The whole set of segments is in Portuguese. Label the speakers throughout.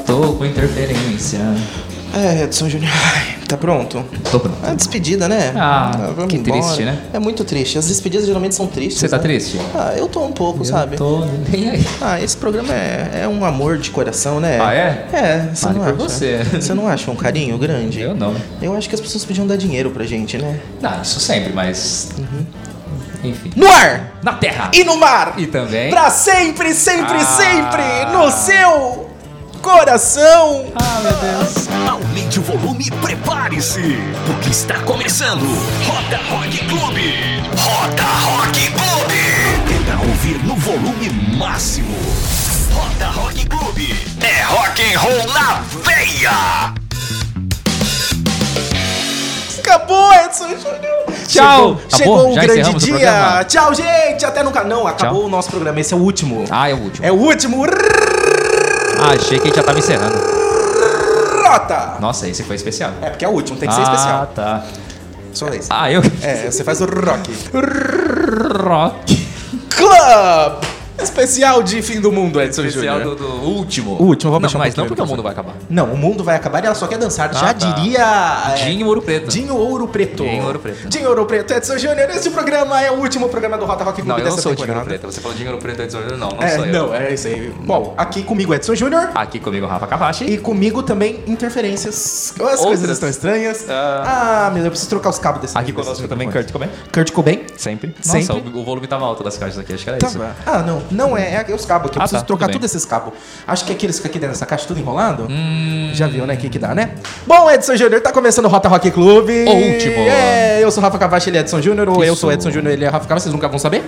Speaker 1: Estou com interferência.
Speaker 2: É, Edson Júnior. Ai, Tá pronto.
Speaker 1: Tô pronto.
Speaker 2: É a despedida, né?
Speaker 1: Ah,
Speaker 2: vamos
Speaker 1: que triste, né?
Speaker 2: É muito triste. As despedidas geralmente são tristes.
Speaker 1: Você tá
Speaker 2: né?
Speaker 1: triste?
Speaker 2: Ah, eu tô um pouco, sabe?
Speaker 1: Eu tô nem aí.
Speaker 2: Ah, esse programa é, é um amor de coração, né?
Speaker 1: Ah, é?
Speaker 2: É, você
Speaker 1: Fale
Speaker 2: não
Speaker 1: por
Speaker 2: acha?
Speaker 1: você.
Speaker 2: Você não acha um carinho grande?
Speaker 1: Eu não.
Speaker 2: Eu acho que as pessoas podiam dar dinheiro pra gente, né?
Speaker 1: Não, isso sempre, mas. Enfim.
Speaker 2: No ar
Speaker 1: Na Terra!
Speaker 2: e no mar!
Speaker 1: E também.
Speaker 2: Pra sempre, sempre,
Speaker 1: Ah.
Speaker 2: sempre! No seu coração!
Speaker 1: Ah, meu Deus.
Speaker 3: Aumente o volume e prepare-se, porque está começando Roda Rock Clube. Roda Rock Clube. Tenta ouvir no volume máximo. Roda Rock Clube. É rock and roll na veia.
Speaker 2: Acabou, Edson Júnior!
Speaker 1: Tchau. Acabou?
Speaker 2: Chegou, chegou o
Speaker 1: Já
Speaker 2: grande
Speaker 1: encerramos o
Speaker 2: dia!
Speaker 1: programa?
Speaker 2: Tchau, gente! Até nunca. Não, acabou
Speaker 1: Tchau.
Speaker 2: o nosso programa. Esse é o último.
Speaker 1: Ah, é o último.
Speaker 2: É o último.
Speaker 1: Ah, achei que a gente já tava encerrando.
Speaker 2: Rota!
Speaker 1: Nossa, esse foi especial.
Speaker 2: É, porque é o último, tem que ser
Speaker 1: Ah,
Speaker 2: especial.
Speaker 1: tá.
Speaker 2: Só isso.
Speaker 1: Ah, eu.
Speaker 2: É, você faz o rock.
Speaker 1: Rock.
Speaker 2: Club! Especial de fim do mundo, Edson
Speaker 1: Especial
Speaker 2: Júnior.
Speaker 1: é do, do último.
Speaker 2: O último, vou
Speaker 1: não,
Speaker 2: mexer um
Speaker 1: Mas não
Speaker 2: pouquinho
Speaker 1: porque o
Speaker 2: no
Speaker 1: mundo vai acabar.
Speaker 2: Não, o mundo vai acabar e ela só quer dançar. Já
Speaker 1: Ah, tá.
Speaker 2: diria. é,
Speaker 1: Dinho Ouro Preto.
Speaker 2: Dinho Ouro Preto.
Speaker 1: Dinho Ouro Preto.
Speaker 2: Dinho Ouro Preto, Edson Júnior. Este programa é o último programa do Rota Rock Club
Speaker 1: Não, eu
Speaker 2: dessa
Speaker 1: não sou o Dinho
Speaker 2: temporada.
Speaker 1: Ouro Preto. Você falou Dinho Ouro Preto antes, eu não, não
Speaker 2: É,
Speaker 1: sou eu.
Speaker 2: não, é isso aí. Bom, aqui comigo Edson Júnior
Speaker 1: Aqui comigo, Rafa Cavachi.
Speaker 2: e comigo também interferências. As coisas estão estranhas.
Speaker 1: Ah.
Speaker 2: Ah, meu Deus, eu preciso trocar os cabos desse
Speaker 1: Aqui
Speaker 2: desse
Speaker 1: conosco também,
Speaker 2: microfone.
Speaker 1: Kurt Cobain.
Speaker 2: Kurt Cobain.
Speaker 1: Sempre. Nossa,
Speaker 2: Sempre.
Speaker 1: O, o volume tá tava alto das caixas aqui, acho que era isso.
Speaker 2: Tá. Ah, não, não é, é os cabos aqui. Eu
Speaker 1: Ah,
Speaker 2: preciso
Speaker 1: tá, tudo
Speaker 2: trocar
Speaker 1: bem.
Speaker 2: tudo esses cabos. Acho que é aqueles que aqui dentro dessa caixa, tudo enrolado.
Speaker 1: Hum.
Speaker 2: Já viu, né? O que, que dá, né? Bom, Edson Júnior, tá começando o Rota Rock Clube.
Speaker 1: O último.
Speaker 2: É, eu sou o Rafa Cavachi, ele é Edson Júnior. Ou eu
Speaker 1: Isso.
Speaker 2: sou o Edson Júnior, ele é Rafa Cavachi. Vocês nunca vão saber?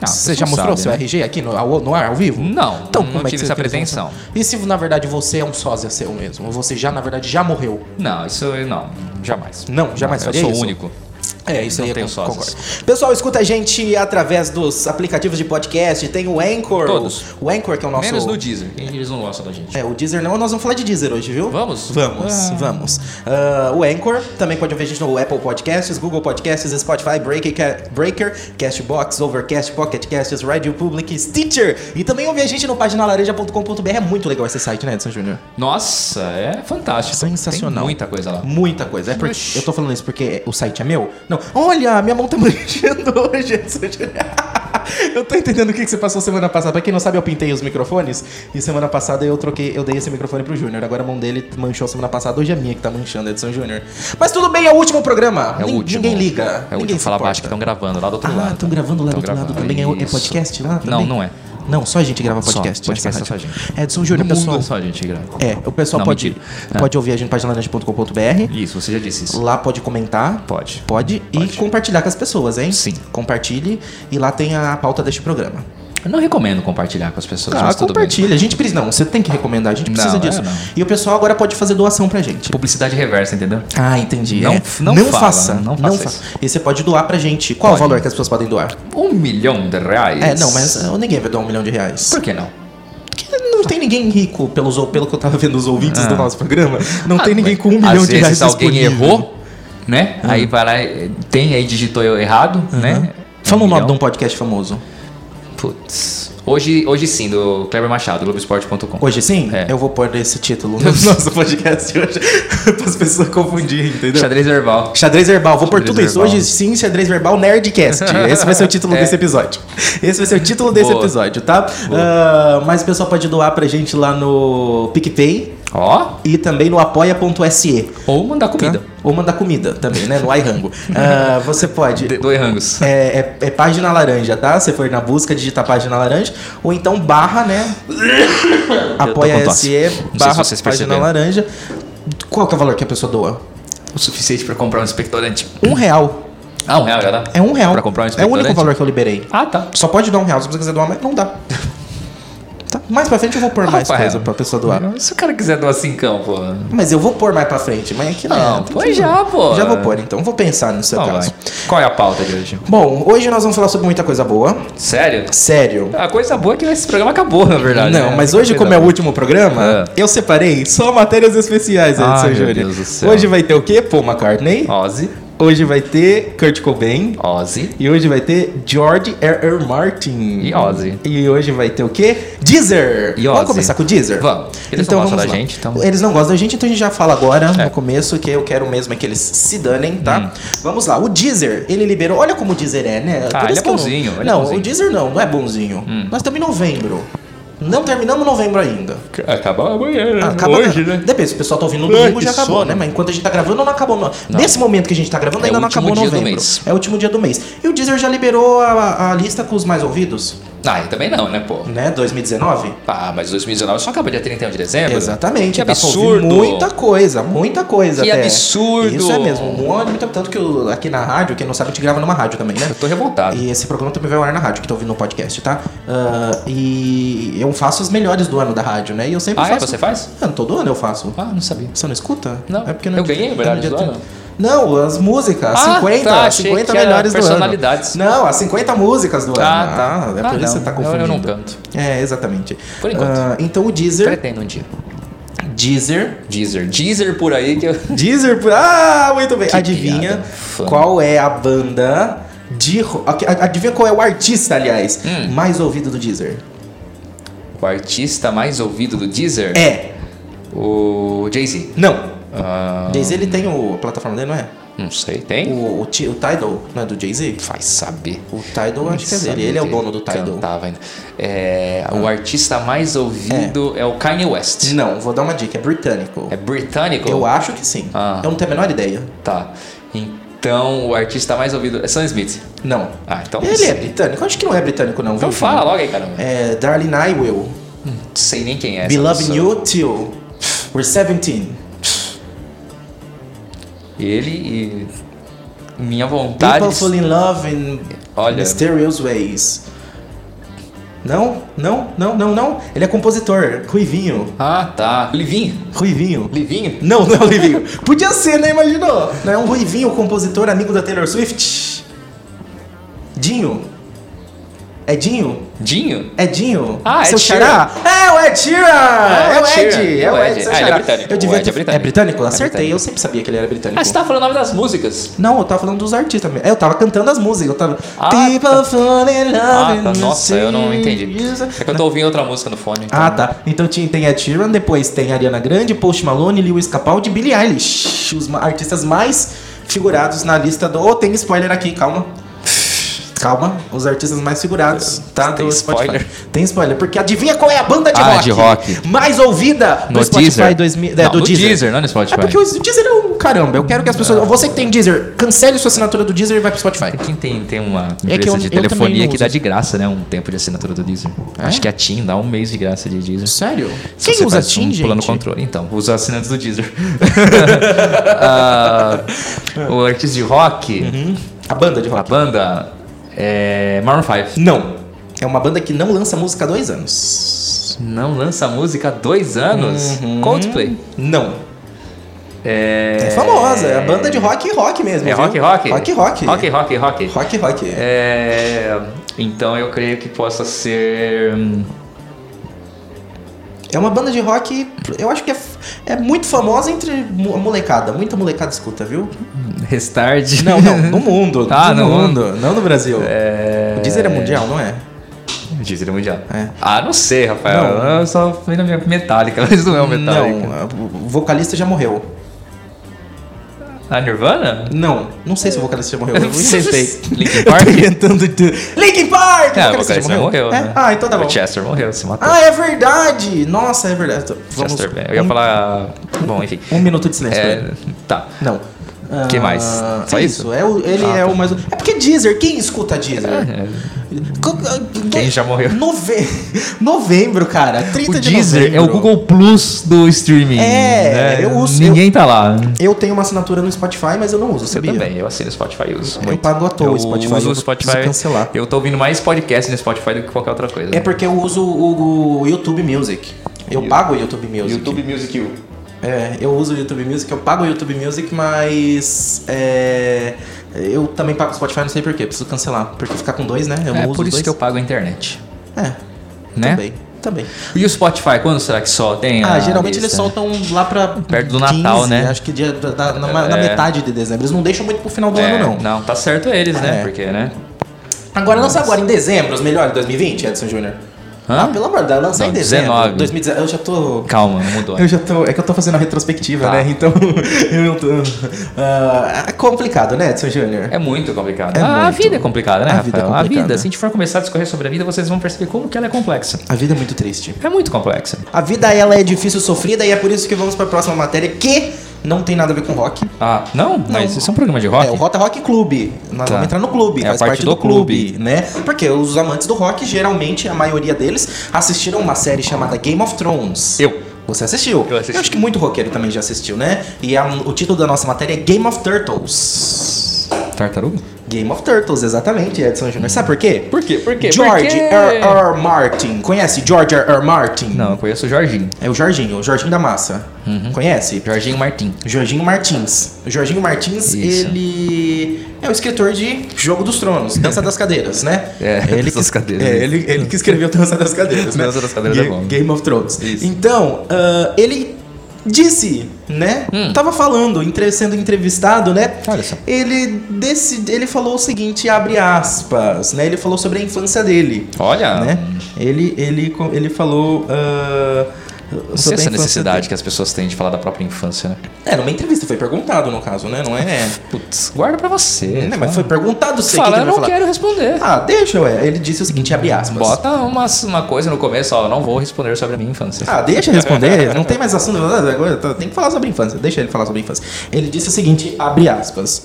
Speaker 1: Ah,
Speaker 2: Você
Speaker 1: vocês
Speaker 2: já
Speaker 1: não
Speaker 2: mostrou o
Speaker 1: sabem,
Speaker 2: seu
Speaker 1: né?
Speaker 2: RG aqui no, ao, no ar, ao vivo?
Speaker 1: Não,
Speaker 2: Então,
Speaker 1: não
Speaker 2: como é que
Speaker 1: tive
Speaker 2: você
Speaker 1: essa
Speaker 2: fez
Speaker 1: pretensão.
Speaker 2: isso? E se, na verdade, você é um sósia seu mesmo? Ou você já, na verdade, já morreu?
Speaker 1: né? Não, isso eu não. Jamais.
Speaker 2: Não, jamais
Speaker 1: Eu
Speaker 2: faria
Speaker 1: sou
Speaker 2: isso?
Speaker 1: único.
Speaker 2: É, isso
Speaker 1: Não
Speaker 2: aí eu
Speaker 1: tenho
Speaker 2: con-
Speaker 1: sósias.
Speaker 2: concordo. Pessoal, escuta a gente através dos aplicativos de podcast. Tem o Anchor.
Speaker 1: Todos.
Speaker 2: O Anchor, que é o nosso...
Speaker 1: Menos no Deezer. que Eles não gostam da gente.
Speaker 2: É, o Deezer não, nós vamos falar de Deezer hoje, viu?
Speaker 1: Vamos?
Speaker 2: Vamos,
Speaker 1: Ah.
Speaker 2: vamos. Ah, o Anchor, também pode ouvir a gente no Apple Podcasts, Google Podcasts, Spotify, Breaker, Ca- Breaker Castbox, Overcast, Pocket Casts, Radio Public, Stitcher. E também ouvir a gente no paginalareja.com.br. É muito legal esse site, né, Edson Júnior?
Speaker 1: Nossa, é fantástico.
Speaker 2: Sensacional.
Speaker 1: Tem muita coisa lá.
Speaker 2: Muita coisa. É porque eu tô falando isso porque o site é meu? Não. Olha, minha mão tá manchando hoje. Edson Júnior. Eu tô entendendo o que, que você passou semana passada. Pra quem não sabe, eu pintei os microfones. E semana passada eu troquei, eu dei esse microfone pro Júnior. Agora a mão dele manchou semana passada. Hoje é minha que tá manchando, Edson Júnior. Mas tudo bem, é o último programa.
Speaker 1: É o
Speaker 2: Nin-
Speaker 1: último.
Speaker 2: Ninguém liga.
Speaker 1: É o
Speaker 2: ninguém
Speaker 1: último.
Speaker 2: se
Speaker 1: Fala
Speaker 2: importa.
Speaker 1: baixo que estão gravando lá do outro lado.
Speaker 2: Ah, estão gravando lá do
Speaker 1: Tão
Speaker 2: outro lado
Speaker 1: gravando,
Speaker 2: também. É, é
Speaker 1: isso.
Speaker 2: podcast lá?
Speaker 1: Não,
Speaker 2: também?
Speaker 1: não é.
Speaker 2: Não, só a gente grava
Speaker 1: Só,
Speaker 2: podcast.
Speaker 1: podcast
Speaker 2: nessa
Speaker 1: é só a
Speaker 2: rádio.
Speaker 1: gente.
Speaker 2: Edson Júnior,
Speaker 1: No
Speaker 2: pessoal.
Speaker 1: mundo só a gente grava.
Speaker 2: É, o pessoal
Speaker 1: Não,
Speaker 2: pode,
Speaker 1: mentira.
Speaker 2: pode ouvir a gente paginalaranja.com.br.
Speaker 1: Isso, você já disse isso.
Speaker 2: Lá pode comentar.
Speaker 1: Pode.
Speaker 2: Pode. E
Speaker 1: Pode.
Speaker 2: compartilhar com as pessoas, hein?
Speaker 1: Sim.
Speaker 2: Compartilhe. E lá tem a pauta deste programa.
Speaker 1: Eu não recomendo compartilhar com as pessoas,
Speaker 2: Ah,
Speaker 1: mas tudo bem.
Speaker 2: compartilha. A gente precisa. Não, você tem que recomendar. A gente
Speaker 1: Não,
Speaker 2: precisa
Speaker 1: é,
Speaker 2: disso.
Speaker 1: não.
Speaker 2: E o pessoal agora pode fazer doação pra gente.
Speaker 1: Publicidade reversa, entendeu?
Speaker 2: Ah, entendi.
Speaker 1: Não-
Speaker 2: é.
Speaker 1: não fala,
Speaker 2: faça.
Speaker 1: não faça
Speaker 2: fa-
Speaker 1: isso.
Speaker 2: E você pode doar pra gente. Qual
Speaker 1: Pode.
Speaker 2: o valor que as pessoas podem doar?
Speaker 1: Um milhão de reais.
Speaker 2: É, não, mas ah, ninguém vai doar um milhão de reais.
Speaker 1: Por que não?
Speaker 2: Porque não tem ninguém rico, pelos, ou- pelo que eu tava vendo os ouvintes do nosso programa. Não
Speaker 1: Ah,
Speaker 2: tem ninguém
Speaker 1: mas
Speaker 2: com um milhão
Speaker 1: às
Speaker 2: de reais
Speaker 1: vezes alguém
Speaker 2: disponível. Ah.
Speaker 1: errou, né? Aí vai lá, eh, tem aí, digitou eu errado, né?
Speaker 2: Fala o nome de
Speaker 1: milhão.
Speaker 2: um podcast famoso.
Speaker 1: Putz. Hoje, hoje sim, do Kleber Machado, Globoesporte.com.
Speaker 2: Hoje sim,
Speaker 1: É.
Speaker 2: eu vou pôr esse título no nosso podcast hoje. para as pessoas confundirem, entendeu?
Speaker 1: Xadrez verbal.
Speaker 2: Xadrez verbal, vou pôr
Speaker 1: Xadrez
Speaker 2: tudo isso.
Speaker 1: verbal.
Speaker 2: Hoje sim, xadrez verbal Nerdcast. Esse vai ser o título
Speaker 1: É.
Speaker 2: desse episódio. Esse vai ser o título desse
Speaker 1: Boa.
Speaker 2: episódio, tá? Ah, mas o pessoal pode doar pra gente lá no PicPay
Speaker 1: Ó.
Speaker 2: e também no apoia.se.
Speaker 1: Ou mandar
Speaker 2: tá?
Speaker 1: comida.
Speaker 2: Ou mandar comida também, né? No iRango. Ah, você pode.
Speaker 1: Do Errangos.
Speaker 2: É, é- é página laranja, tá? Você for na busca, digita página laranja, ou então barra, né?
Speaker 1: Eu tô
Speaker 2: Apoia
Speaker 1: com tosse.
Speaker 2: SE,
Speaker 1: Não sei se
Speaker 2: barra
Speaker 1: vocês
Speaker 2: página
Speaker 1: perceberam.
Speaker 2: laranja. Qual que é o valor que a pessoa doa?
Speaker 1: O suficiente pra comprar um expectorante.
Speaker 2: Um real.
Speaker 1: Ah, um real já dá?
Speaker 2: É um real.
Speaker 1: Pra comprar um
Speaker 2: é o
Speaker 1: expectorante?
Speaker 2: único valor que eu liberei.
Speaker 1: Ah, tá.
Speaker 2: Só pode dar um real, se você quiser doar mais, não dá. Tá, Mais pra frente eu vou pôr mais
Speaker 1: Rafael.
Speaker 2: coisa pra pessoa doar.
Speaker 1: Se o cara quiser doar cincão, pô.
Speaker 2: Mas eu vou pôr mais pra frente, mas aqui não.
Speaker 1: Não,
Speaker 2: tem
Speaker 1: põe
Speaker 2: que- um-
Speaker 1: já, pô.
Speaker 2: Já vou pôr, então. Vou pensar no seu
Speaker 1: Então vai.
Speaker 2: caso.
Speaker 1: Qual é a pauta de hoje?
Speaker 2: Bom, hoje nós vamos falar sobre muita coisa boa.
Speaker 1: Sério?
Speaker 2: Sério.
Speaker 1: A coisa boa é que esse programa acabou, na verdade.
Speaker 2: Não,
Speaker 1: né?
Speaker 2: mas hoje,
Speaker 1: Coisa
Speaker 2: como é o
Speaker 1: boa.
Speaker 2: último programa, eu separei só matérias especiais, Edson
Speaker 1: É. Ai, meu
Speaker 2: Júnior.
Speaker 1: Deus do céu.
Speaker 2: Hoje vai ter o quê? Paul McCartney,
Speaker 1: Ozzy.
Speaker 2: hoje vai ter Kurt Cobain.
Speaker 1: Ozzy.
Speaker 2: E hoje vai ter George R. R. Martin.
Speaker 1: E Ozzy.
Speaker 2: E hoje vai ter o quê? Deezer.
Speaker 1: E
Speaker 2: Vamos
Speaker 1: Ozzy.
Speaker 2: começar com o Deezer?
Speaker 1: Vamos. Eles não gostam da gente, então- É.
Speaker 2: Eles não gostam da gente, então a gente já fala agora, no começo, que eu quero mesmo é que eles se danem, tá? Vamos lá. O Deezer, ele liberou... Olha como o Deezer é, né?
Speaker 1: Hum. Ah,
Speaker 2: Por
Speaker 1: ele
Speaker 2: isso
Speaker 1: é
Speaker 2: que eu não-
Speaker 1: bonzinho, ele é
Speaker 2: não,
Speaker 1: bonzinho. Hum.
Speaker 2: o Deezer não, não é bonzinho. Nós estamos em novembro. Não terminamos novembro ainda.
Speaker 1: Acaba amanhã, né? É,
Speaker 2: Ah, acaba- Depende, se o pessoal tá ouvindo no
Speaker 1: Ai,
Speaker 2: domingo
Speaker 1: que
Speaker 2: já acabou,
Speaker 1: sono.
Speaker 2: né? Mas enquanto a gente tá gravando, não acabou. Não. Nesse momento que a gente tá gravando,
Speaker 1: É
Speaker 2: ainda
Speaker 1: o
Speaker 2: não
Speaker 1: último
Speaker 2: acabou
Speaker 1: dia do
Speaker 2: novembro.
Speaker 1: mês.
Speaker 2: É o último dia do mês. E o Deezer já liberou a, a lista com os mais ouvidos,
Speaker 1: Ah, e também não, né, pô?
Speaker 2: né? 2019.
Speaker 1: Ah, mas 2019 só acaba dia 31 de dezembro?
Speaker 2: Exatamente.
Speaker 1: É, Que
Speaker 2: dá pra ouvir
Speaker 1: absurdo.
Speaker 2: Muita coisa, muita coisa.
Speaker 1: Que
Speaker 2: até.
Speaker 1: absurdo.
Speaker 2: Isso é mesmo. Muito, tanto que o- aqui na rádio, quem não sabe, a gente grava numa rádio também, né?
Speaker 1: Eu tô revoltado.
Speaker 2: E esse programa também vai ao ar na rádio, que tá ouvindo no podcast, tá? Ah, e eu faço as melhores do ano da rádio, né? E eu sempre
Speaker 1: Ah, é?
Speaker 2: faço.
Speaker 1: Você faz?
Speaker 2: Ah, todo ano eu faço.
Speaker 1: Ah, não sabia.
Speaker 2: Você não escuta?
Speaker 1: Não.
Speaker 2: É porque não
Speaker 1: Eu ganhei a melhor do ano?
Speaker 2: Não, as músicas,
Speaker 1: Ah,
Speaker 2: 50,
Speaker 1: tá,
Speaker 2: as
Speaker 1: achei
Speaker 2: 50
Speaker 1: que era
Speaker 2: melhores do ano.
Speaker 1: personalidades.
Speaker 2: Não, as 50 músicas do
Speaker 1: Ah, tá.
Speaker 2: ano. Ah, é
Speaker 1: Ah, não.
Speaker 2: por isso que você tá
Speaker 1: Eu- eu
Speaker 2: confundindo.
Speaker 1: não canto.
Speaker 2: É, exatamente.
Speaker 1: Por enquanto.
Speaker 2: Ah, então o Deezer,
Speaker 1: Pretendo um dia.
Speaker 2: Deezer,
Speaker 1: Deezer. Deezer por aí que eu...
Speaker 2: Deezer, ah, muito bem. Adivinha
Speaker 1: piada infame.
Speaker 2: qual é a banda de ro- ok, a- adivinha qual é o artista, aliás,
Speaker 1: Hum.
Speaker 2: mais ouvido do Deezer?
Speaker 1: O artista mais ouvido do Deezer?
Speaker 2: É,
Speaker 1: O Jay-Z.
Speaker 2: não.
Speaker 1: Ah,
Speaker 2: Jay-Z ele tem o a plataforma dele, não é?
Speaker 1: não sei, tem?
Speaker 2: O, o, Ti- o Tidal, não é do Jay-Z?
Speaker 1: Vai saber.
Speaker 2: O Tidal acho que é
Speaker 1: Sabe
Speaker 2: dele, ele é o
Speaker 1: que
Speaker 2: dono do Tidal. Ah.
Speaker 1: Cantava ainda. É, O artista mais ouvido é. o Kanye West.
Speaker 2: Não, vou dar uma dica, é britânico.
Speaker 1: É britânico?
Speaker 2: Eu acho que sim.
Speaker 1: Ah.
Speaker 2: Eu não tenho a menor ideia.
Speaker 1: Tá. Então, o artista mais ouvido é Sam Smith.
Speaker 2: Não.
Speaker 1: Ah, então não
Speaker 2: Ele
Speaker 1: sei.
Speaker 2: é britânico? Acho que não é britânico, não.
Speaker 1: Então
Speaker 2: viu?
Speaker 1: fala logo aí, caramba.
Speaker 2: É Darling I Will.
Speaker 1: Não sei nem quem é
Speaker 2: Be
Speaker 1: essa
Speaker 2: loving
Speaker 1: pessoa.
Speaker 2: you till we're 17.
Speaker 1: Ele e... Minha vontade...
Speaker 2: People fall in love in
Speaker 1: Tá, Olha.
Speaker 2: mysterious ways. Não, não, não, não, não. Ele é compositor. Ruivinho.
Speaker 1: Ah, tá. Livinho.
Speaker 2: Ruivinho.
Speaker 1: Livinho?
Speaker 2: Não, não é o Ruivinho. Podia ser, né? Imaginou? Não é um Ruivinho, compositor, amigo da Taylor Swift. Dinho. É Dinho?
Speaker 1: Dinho?
Speaker 2: É Dinho?
Speaker 1: Ah,
Speaker 2: seu
Speaker 1: Ed Sheeran.
Speaker 2: xará? É o Ed Sheeran!
Speaker 1: Ah,
Speaker 2: É o
Speaker 1: Ed Sheeran.
Speaker 2: Ed! É o Ed, seu
Speaker 1: Ah, ele é
Speaker 2: xará.
Speaker 1: britânico.
Speaker 2: Eu
Speaker 1: O
Speaker 2: devia
Speaker 1: Ed é
Speaker 2: ter-
Speaker 1: britânico.
Speaker 2: É britânico?
Speaker 1: É
Speaker 2: Acertei,
Speaker 1: britânico.
Speaker 2: eu sempre sabia que ele era britânico.
Speaker 1: Ah, você tá falando o nome das músicas.
Speaker 2: Não, eu tava falando dos artistas mesmo. É, eu tava cantando as músicas, eu tava...
Speaker 1: Ah,
Speaker 2: People
Speaker 1: tá.
Speaker 2: fall in love
Speaker 1: Ah,
Speaker 2: in
Speaker 1: tá.
Speaker 2: the
Speaker 1: Nossa, eu não entendi.
Speaker 2: seas.
Speaker 1: É que eu tô ouvindo outra música no fone. então-
Speaker 2: Ah, tá. Então tinha- tem Ed Sheeran, depois tem Ariana Grande, Post Malone, Lewis Capaldi e Billie Eilish. Os ma- artistas mais figurados na lista do... Oh, tem spoiler aqui, calma. Calma, os artistas mais figurados, tá?
Speaker 1: Tem
Speaker 2: do Spotify.
Speaker 1: spoiler?
Speaker 2: Tem spoiler, porque adivinha qual é a banda de,
Speaker 1: Ah,
Speaker 2: rock,
Speaker 1: de rock.
Speaker 2: mais ouvida
Speaker 1: No
Speaker 2: do Spotify
Speaker 1: Deezer.
Speaker 2: 2000, é,
Speaker 1: Não,
Speaker 2: do
Speaker 1: no
Speaker 2: Deezer.
Speaker 1: Deezer, não no Spotify. É.
Speaker 2: É porque o Deezer é um caramba. Eu quero que as pessoas... Você que tem Deezer, cancele sua assinatura do Deezer e vai pro Spotify.
Speaker 1: Quem tem, tem uma
Speaker 2: É
Speaker 1: empresa
Speaker 2: que eu-
Speaker 1: de
Speaker 2: eu também
Speaker 1: telefonia
Speaker 2: não
Speaker 1: que dá
Speaker 2: uso. É?
Speaker 1: de graça, né? Um tempo de assinatura do Deezer. Acho que a TIM dá um mês de graça de Deezer.
Speaker 2: Sério?
Speaker 1: Se
Speaker 2: Quem
Speaker 1: você
Speaker 2: usa
Speaker 1: faz um
Speaker 2: Tim, gente?
Speaker 1: Pulando controle. Então, os assinantes do Deezer. Ah, o artista de rock,
Speaker 2: A banda de
Speaker 1: a
Speaker 2: rock.
Speaker 1: banda, é Maroon 5.
Speaker 2: Não. É uma banda que não lança música há dois anos.
Speaker 1: Não lança música há dois anos?
Speaker 2: Uhum.
Speaker 1: Coldplay.
Speaker 2: Não.
Speaker 1: É,
Speaker 2: É famosa. É a banda de rock e rock mesmo.
Speaker 1: É
Speaker 2: viu?
Speaker 1: rock, rock?
Speaker 2: Uhum. Rock rock.
Speaker 1: Rock, rock, rock.
Speaker 2: rock. rock.
Speaker 1: É, então eu creio que possa ser. hum,
Speaker 2: É uma banda de rock, eu acho que é, é muito famosa entre mo- a molecada. Muita molecada escuta, viu?
Speaker 1: Restart.
Speaker 2: Não, não. No mundo.
Speaker 1: Ah, no
Speaker 2: no mundo. Não no Brasil. O Deezer é mundial, não é?
Speaker 1: Dizer mundial.
Speaker 2: É.
Speaker 1: Ah, não sei, Rafael.
Speaker 2: Não.
Speaker 1: Eu só fui na minha metálica, mas não é o metálica.
Speaker 2: Não. O vocalista já morreu.
Speaker 1: A Ah, Nirvana?
Speaker 2: Não. Não sei se o vocalista já morreu. Eu inventei.
Speaker 1: Linkin
Speaker 2: Eu
Speaker 1: Park?
Speaker 2: tô inventando tudo. Linkin Park!
Speaker 1: É, o vocalista morreu,
Speaker 2: É?
Speaker 1: né?
Speaker 2: Ah, então tá bom.
Speaker 1: O Chester morreu, se matou.
Speaker 2: Ah, é verdade! Nossa, é verdade. Então, Vamos,
Speaker 1: Chester, eu ia
Speaker 2: um,
Speaker 1: falar... Bom, enfim.
Speaker 2: um minuto de silêncio. pra
Speaker 1: É,
Speaker 2: ele.
Speaker 1: tá.
Speaker 2: Não.
Speaker 1: Que
Speaker 2: Ah,
Speaker 1: mais? Só
Speaker 2: é
Speaker 1: isso?
Speaker 2: É o, ele
Speaker 1: Ah,
Speaker 2: é
Speaker 1: tá. É.
Speaker 2: o mais. É porque Deezer, quem escuta Deezer? Co-
Speaker 1: Quem já morreu?
Speaker 2: Nove... Novembro, cara. 30
Speaker 1: O
Speaker 2: tá de
Speaker 1: Deezer é
Speaker 2: novembro.
Speaker 1: o Google Plus do streaming.
Speaker 2: É,
Speaker 1: né?
Speaker 2: eu uso-
Speaker 1: Ninguém tá lá.
Speaker 2: Eu tenho uma assinatura no Spotify, mas eu não uso, sabia?
Speaker 1: Eu também, eu assino o Spotify e uso.
Speaker 2: Eu pago à toa o Spotify,
Speaker 1: Uso
Speaker 2: eu
Speaker 1: o Spotify.
Speaker 2: preciso cancelar.
Speaker 1: Eu tô ouvindo mais podcast no Spotify do que qualquer outra coisa.
Speaker 2: É porque eu uso o, o YouTube Music. Eu pago o YouTube Music.
Speaker 1: Music U.
Speaker 2: É, eu uso o YouTube Music, eu pago o YouTube Music, mas. É, eu também pago o Spotify, não sei porquê, preciso cancelar. Porque ficar com dois, né? Eu não
Speaker 1: É
Speaker 2: uso
Speaker 1: por isso
Speaker 2: dois.
Speaker 1: que eu pago a internet.
Speaker 2: É,
Speaker 1: Né?
Speaker 2: também. Também.
Speaker 1: E o Spotify, quando será que só tem?
Speaker 2: Ah,
Speaker 1: a
Speaker 2: geralmente
Speaker 1: lista?
Speaker 2: eles soltam lá pra.
Speaker 1: Perto do Natal, né?
Speaker 2: Acho que dia, da- da- na, na
Speaker 1: É.
Speaker 2: metade de dezembro. Eles não deixam muito pro final do
Speaker 1: É,
Speaker 2: ano, não.
Speaker 1: Não, tá certo eles, né?
Speaker 2: É.
Speaker 1: Porque, né?
Speaker 2: Agora lança agora em dezembro, os melhores de 2020, Edson Júnior.
Speaker 1: Hã?
Speaker 2: Ah, pelo amor de Deus, lança
Speaker 1: Não,
Speaker 2: em dezembro.
Speaker 1: 19.
Speaker 2: 2019. Eu já tô.
Speaker 1: Calma, não mudou. né?
Speaker 2: Eu já tô. É que eu tô fazendo a retrospectiva,
Speaker 1: Tá.
Speaker 2: né? Então. eu não tô. Ah, é complicado, né, Edson Júnior?
Speaker 1: É muito complicado.
Speaker 2: É
Speaker 1: a
Speaker 2: muito.
Speaker 1: vida é complicada, né,
Speaker 2: A
Speaker 1: Rafael?
Speaker 2: vida é
Speaker 1: A
Speaker 2: complicada.
Speaker 1: vida, se a gente for começar a discorrer sobre a vida, vocês vão perceber como que ela é complexa.
Speaker 2: A vida é muito triste.
Speaker 1: É muito complexa.
Speaker 2: A vida, ela é difícil, sofrida, e é por isso que vamos pra próxima matéria que não tem nada a ver com rock.
Speaker 1: Ah, não? Mas isso é um programa de rock?
Speaker 2: É, o Rota Rock Clube. Nós
Speaker 1: Tá.
Speaker 2: vamos entrar no clube,
Speaker 1: É a
Speaker 2: faz
Speaker 1: parte
Speaker 2: parte,
Speaker 1: do
Speaker 2: do, clube, né? Porque os amantes do rock, geralmente, a maioria deles, assistiram uma série chamada Game of Thrones.
Speaker 1: Eu.
Speaker 2: Você assistiu?
Speaker 1: Eu assisti.
Speaker 2: acho que muito roqueiro também já assistiu, né? E a- o título da nossa matéria é Game of Turtles.
Speaker 1: Tartaruga?
Speaker 2: Game of Turtles, exatamente, Edson Júnior. Sabe por quê?
Speaker 1: Por quê? Por quê?
Speaker 2: George
Speaker 1: Por quê?
Speaker 2: R. R. Martin. Conhece George R. R. Martin?
Speaker 1: Não, eu conheço o Jorginho.
Speaker 2: É o Jorginho, o Jorginho da Massa.
Speaker 1: Uhum.
Speaker 2: Conhece?
Speaker 1: Jorginho Martim.
Speaker 2: Jorginho Martins. O Jorginho Martins,
Speaker 1: Isso.
Speaker 2: ele é o escritor de Jogo dos Tronos, Dança das Cadeiras, né?
Speaker 1: É,
Speaker 2: ele
Speaker 1: Dança das Cadeiras.
Speaker 2: É, ele, ele que escreveu Dança das Cadeiras, né?
Speaker 1: Dança das Cadeiras
Speaker 2: Ga-
Speaker 1: é bom.
Speaker 2: Game of Thrones.
Speaker 1: Isso.
Speaker 2: Então, ah, ele disse, né?
Speaker 1: Hum.
Speaker 2: Tava falando, entre- sendo entrevistado, né?
Speaker 1: Olha só.
Speaker 2: Ele, desse, ele falou o seguinte, abre aspas, né? Ele falou sobre a infância dele
Speaker 1: Olha,
Speaker 2: né? Ele, ele, co- ele falou. ah,
Speaker 1: não sei
Speaker 2: sobre a
Speaker 1: essa
Speaker 2: infância
Speaker 1: necessidade
Speaker 2: dele.
Speaker 1: que as pessoas têm de falar da própria infância, né?
Speaker 2: É, numa entrevista foi perguntado, no caso, né? Não é.
Speaker 1: Putz, guarda pra você.
Speaker 2: Né, mas foi perguntado sei o que
Speaker 1: Fala, eu
Speaker 2: que ele
Speaker 1: não
Speaker 2: vai falar.
Speaker 1: quero responder.
Speaker 2: Ah, deixa, ué. Ele disse o seguinte, abre aspas.
Speaker 1: Bota uma, uma coisa no começo, ó, eu não vou responder sobre a minha infância.
Speaker 2: Ah, deixa eu responder. Não tem mais assunto. Agora tá- tem que falar sobre a infância. Deixa ele falar sobre a infância. Ele disse o seguinte, abre aspas.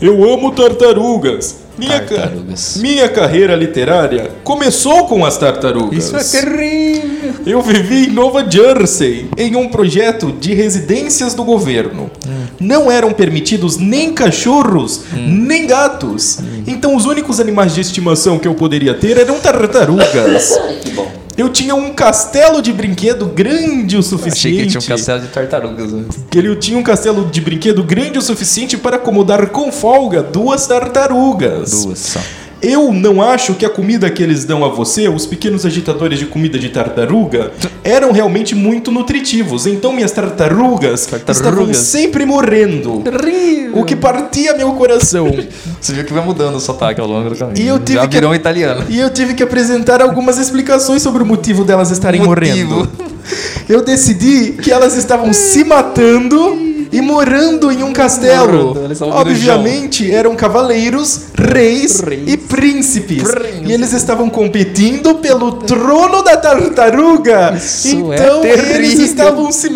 Speaker 2: Eu amo tartarugas. Minha, ca-
Speaker 1: Tartarugas.
Speaker 2: minha carreira literária começou com as tartarugas.
Speaker 1: é terrível.
Speaker 2: Eu vivi em Nova Jersey, em um projeto de residências do governo. Não eram permitidos nem cachorros, nem gatos. Então os únicos animais de estimação que eu poderia ter eram tartarugas.
Speaker 1: Que bom.
Speaker 2: eu tinha um castelo de brinquedo grande o suficiente.
Speaker 1: Achei que ele tinha um castelo de tartarugas. né?
Speaker 2: Ele tinha um castelo de brinquedo grande o suficiente para acomodar com folga duas tartarugas.
Speaker 1: Duas só.
Speaker 2: Eu não acho que a comida que eles dão a você, os pequenos agitadores de comida de tartaruga, eram realmente muito nutritivos. Então minhas tartarugas,
Speaker 1: Tartarugas.
Speaker 2: estavam sempre morrendo.
Speaker 1: Terrível.
Speaker 2: O que partia meu coração.
Speaker 1: Você viu que vai mudando o sotaque ao longo do caminho.
Speaker 2: E eu tive
Speaker 1: Já
Speaker 2: que-
Speaker 1: virou um italiano.
Speaker 2: E eu tive que apresentar algumas explicações sobre o motivo delas estarem
Speaker 1: Motivo.
Speaker 2: morrendo. Eu decidi que elas estavam se matando e morando em um castelo.
Speaker 1: Morando, elas estavam
Speaker 2: Obviamente eram cavaleiros, reis,
Speaker 1: Reis.
Speaker 2: e príncipes.
Speaker 1: Príncipes.
Speaker 2: E eles estavam competindo pelo trono da tartaruga.
Speaker 1: Isso é
Speaker 2: então eles
Speaker 1: terrível.
Speaker 2: estavam se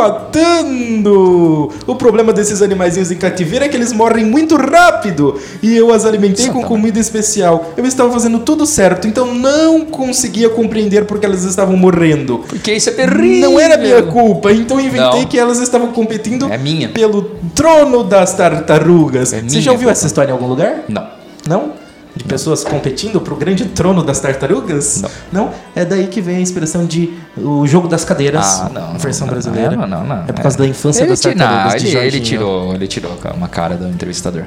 Speaker 2: matando. O problema desses animaizinhos em cativeiro é que eles morrem muito rápido. E eu as alimentei com
Speaker 1: Satanás.
Speaker 2: comida comida especial. Eu estava fazendo tudo certo, então não conseguia compreender porque elas estavam morrendo.
Speaker 1: Porque isso é
Speaker 2: Não era minha culpa, então eu inventei
Speaker 1: Não.
Speaker 2: que elas estavam competindo
Speaker 1: É minha.
Speaker 2: pelo trono das tartarugas.
Speaker 1: É
Speaker 2: Você
Speaker 1: minha
Speaker 2: já ouviu
Speaker 1: culpa.
Speaker 2: essa história em algum lugar?
Speaker 1: Não.
Speaker 2: Não? De pessoas competindo pro grande trono das tartarugas?
Speaker 1: Não.
Speaker 2: É daí que vem a expressão de o jogo das cadeiras,
Speaker 1: Ah, não. não,
Speaker 2: versão
Speaker 1: não,
Speaker 2: brasileira.
Speaker 1: Não, não, não.
Speaker 2: É por causa da infância
Speaker 1: ele
Speaker 2: das
Speaker 1: ti-
Speaker 2: tartarugas
Speaker 1: não,
Speaker 2: de
Speaker 1: ele, ele
Speaker 2: Jorginho.
Speaker 1: tirou, ele tirou uma cara do entrevistador.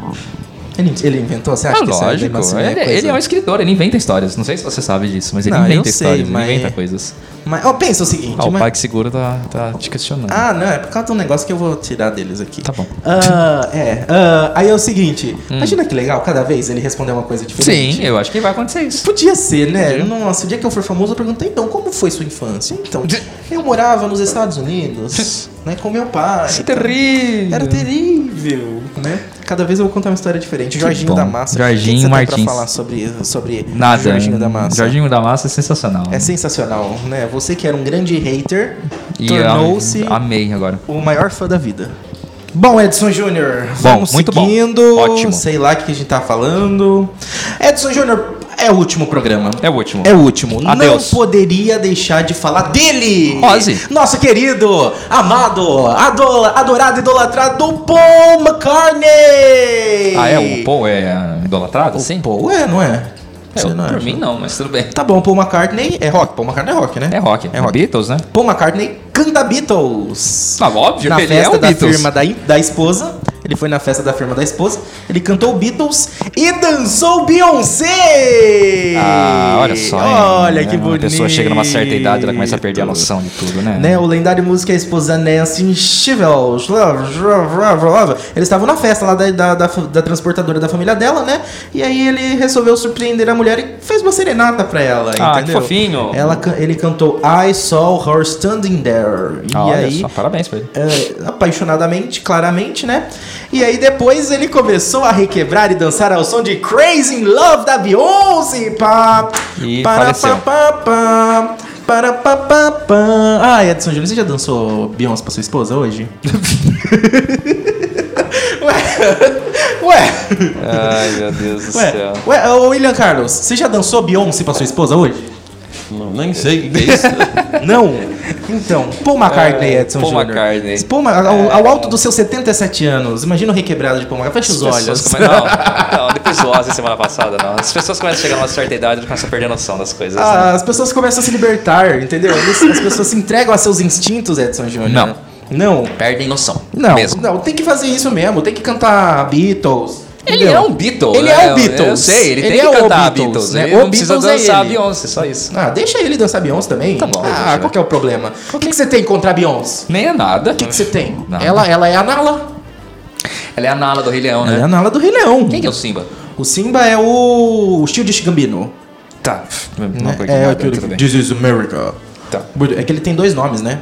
Speaker 2: Ele, ele inventou, você acha
Speaker 1: ah,
Speaker 2: que isso é
Speaker 1: lógico.
Speaker 2: imaginação,
Speaker 1: ele,
Speaker 2: coisa?
Speaker 1: ele é um escritor, ele inventa histórias. Não sei se você sabe disso, mas ele
Speaker 2: Não, eu
Speaker 1: inventa
Speaker 2: sei,
Speaker 1: histórias, ele
Speaker 2: mas-
Speaker 1: inventa coisas.
Speaker 2: Mas, ó, pensa o seguinte,
Speaker 1: Ah, o
Speaker 2: mas-
Speaker 1: Pai Seguro tá, tá te questionando.
Speaker 2: Ah, não, é por causa de um negócio que eu vou tirar deles aqui.
Speaker 1: Tá bom. Hum.
Speaker 2: Ah, é. ah, aí é o seguinte: imagina que legal, cada vez ele responder uma coisa diferente.
Speaker 1: Sim, eu Uhum. acho que vai acontecer isso.
Speaker 2: Podia ser, né? Nossa, o dia que eu for famoso, eu pergunto, então, como foi sua infância? Então, eu morava nos Estados Unidos, né? Com meu pai.
Speaker 1: Isso é terrível.
Speaker 2: Era terrível, né? Cada vez eu vou contar uma história diferente. Jorginho
Speaker 1: bom.
Speaker 2: da Massa.
Speaker 1: Jorginho
Speaker 2: o que que você Tem
Speaker 1: Martins.
Speaker 2: pra falar sobre, sobre
Speaker 1: Nada.
Speaker 2: Jorginho da Massa.
Speaker 1: Jorginho da Massa é sensacional.
Speaker 2: É sensacional, né? Você que era um grande hater,
Speaker 1: E
Speaker 2: tornou-se
Speaker 1: eu amei agora.
Speaker 2: o maior fã da vida. Bom, Edson Júnior,
Speaker 1: Bom,
Speaker 2: vamos
Speaker 1: muito bom.
Speaker 2: seguindo.
Speaker 1: Ótimo.
Speaker 2: Sei lá o que a gente tá falando. Edson Júnior, é o último programa.
Speaker 1: É o último.
Speaker 2: É o último.
Speaker 1: Adeus.
Speaker 2: Não poderia deixar de falar dele.
Speaker 1: Ozzy.
Speaker 2: Nosso querido, amado, ado- adorado, idolatrado Paul McCartney.
Speaker 1: Ah, é? O Paul é idolatrado? Sim.
Speaker 2: Paul é, não é?
Speaker 1: É,
Speaker 2: Você
Speaker 1: eu-
Speaker 2: não
Speaker 1: por
Speaker 2: acha?
Speaker 1: mim não, mas tudo bem.
Speaker 2: Tá bom, Paul McCartney é rock. Paul McCartney é rock, né?
Speaker 1: É rock.
Speaker 2: É rock.
Speaker 1: Beatles, né?
Speaker 2: Paul McCartney canta Beatles.
Speaker 1: Ah, óbvio,
Speaker 2: Na
Speaker 1: ele é
Speaker 2: festa
Speaker 1: um
Speaker 2: da
Speaker 1: Beatles.
Speaker 2: firma da, da esposa, Ele foi na festa da firma da esposa, ele cantou Beatles e dançou Beyoncé!
Speaker 1: Ah, olha só. hein? É,
Speaker 2: Olha que
Speaker 1: Uma
Speaker 2: bonito.
Speaker 1: pessoa chega numa certa idade, ela começa a perder a noção de tudo, né?
Speaker 2: Né, o lendário músico e a esposa né, assim, Nancy Schivel. Eles estavam na festa lá da, da, da, da transportadora da família dela, né? E aí ele resolveu surpreender a mulher e fez uma serenata pra ela.
Speaker 1: Ah, que
Speaker 2: entendeu?
Speaker 1: fofinho.
Speaker 2: Ela, can- ele cantou I Saw Her Standing There. E
Speaker 1: Ah, olha
Speaker 2: aí.
Speaker 1: só, parabéns pra ele.
Speaker 2: é, apaixonadamente, claramente, né? E aí depois ele começou a requebrar e dançar ao som de Crazy in Love da Beyoncé. Pá,
Speaker 1: E
Speaker 2: para,
Speaker 1: faleceu.
Speaker 2: pá, pá, para, pá, pá, pá. Ah, Edson Júnior, você já dançou Beyoncé pra sua esposa hoje? ué, ué,
Speaker 1: Ai, meu Deus do
Speaker 2: ué, ué, ô William Carlos, você já dançou Beyoncé pra sua esposa hoje?
Speaker 4: Não, nem sei o que é isso.
Speaker 2: Não? Então, Paul McCartney,
Speaker 1: É,
Speaker 2: Edson
Speaker 1: Paul
Speaker 2: Jr.
Speaker 1: McCartney. É.
Speaker 2: Paul Ma- ao, ao alto dos seus 77 anos, imagina o requebrado de Paul McCartney. Fecha os olhos.
Speaker 1: Não, não, depois do Ozzy semana passada, não. As pessoas começam a chegar numa certa idade e começam a perder a noção das coisas. né?
Speaker 2: Ah, as pessoas começam a se libertar, entendeu? Eles- as pessoas se entregam a seus instintos, Edson Júnior.
Speaker 1: Não.
Speaker 2: Não.
Speaker 1: Perdem noção.
Speaker 2: Não,
Speaker 1: Mesmo.
Speaker 2: não, tem que fazer isso mesmo, tem que cantar Beatles.
Speaker 1: Ele
Speaker 2: entendeu?
Speaker 1: é um Beatles.
Speaker 2: Ele é o Beatles.
Speaker 1: Eu sei, ele,
Speaker 2: é
Speaker 1: tem
Speaker 2: o
Speaker 1: que cantar
Speaker 2: Beatles,
Speaker 1: Beatles.
Speaker 2: né?
Speaker 1: Ele
Speaker 2: O
Speaker 1: não precisa
Speaker 2: Beatles é
Speaker 1: dançar
Speaker 2: ele.
Speaker 1: Beyoncé, só isso.
Speaker 2: Ah, deixa ele dançar Beyoncé também.
Speaker 1: Tá bom,
Speaker 2: Ah,
Speaker 1: deixa.
Speaker 2: qual que é o problema? O que, que você tem contra a Beyoncé?
Speaker 1: Nem é nada.
Speaker 2: O que, que você tem?
Speaker 1: Não.
Speaker 2: Ela, ela é a Nala.
Speaker 1: Ela é a Nala do Rei Leão,
Speaker 2: Ela é
Speaker 1: né?
Speaker 2: a Nala do Rei Leão.
Speaker 1: Quem que é o Simba?
Speaker 2: O Simba é o, o Shield Gambino.
Speaker 1: Tá. Não, porque
Speaker 2: É,
Speaker 1: nada,
Speaker 2: é aquele
Speaker 1: tudo bem.
Speaker 2: This is America.
Speaker 1: Tá.
Speaker 2: But- É que ele tem dois nomes, né?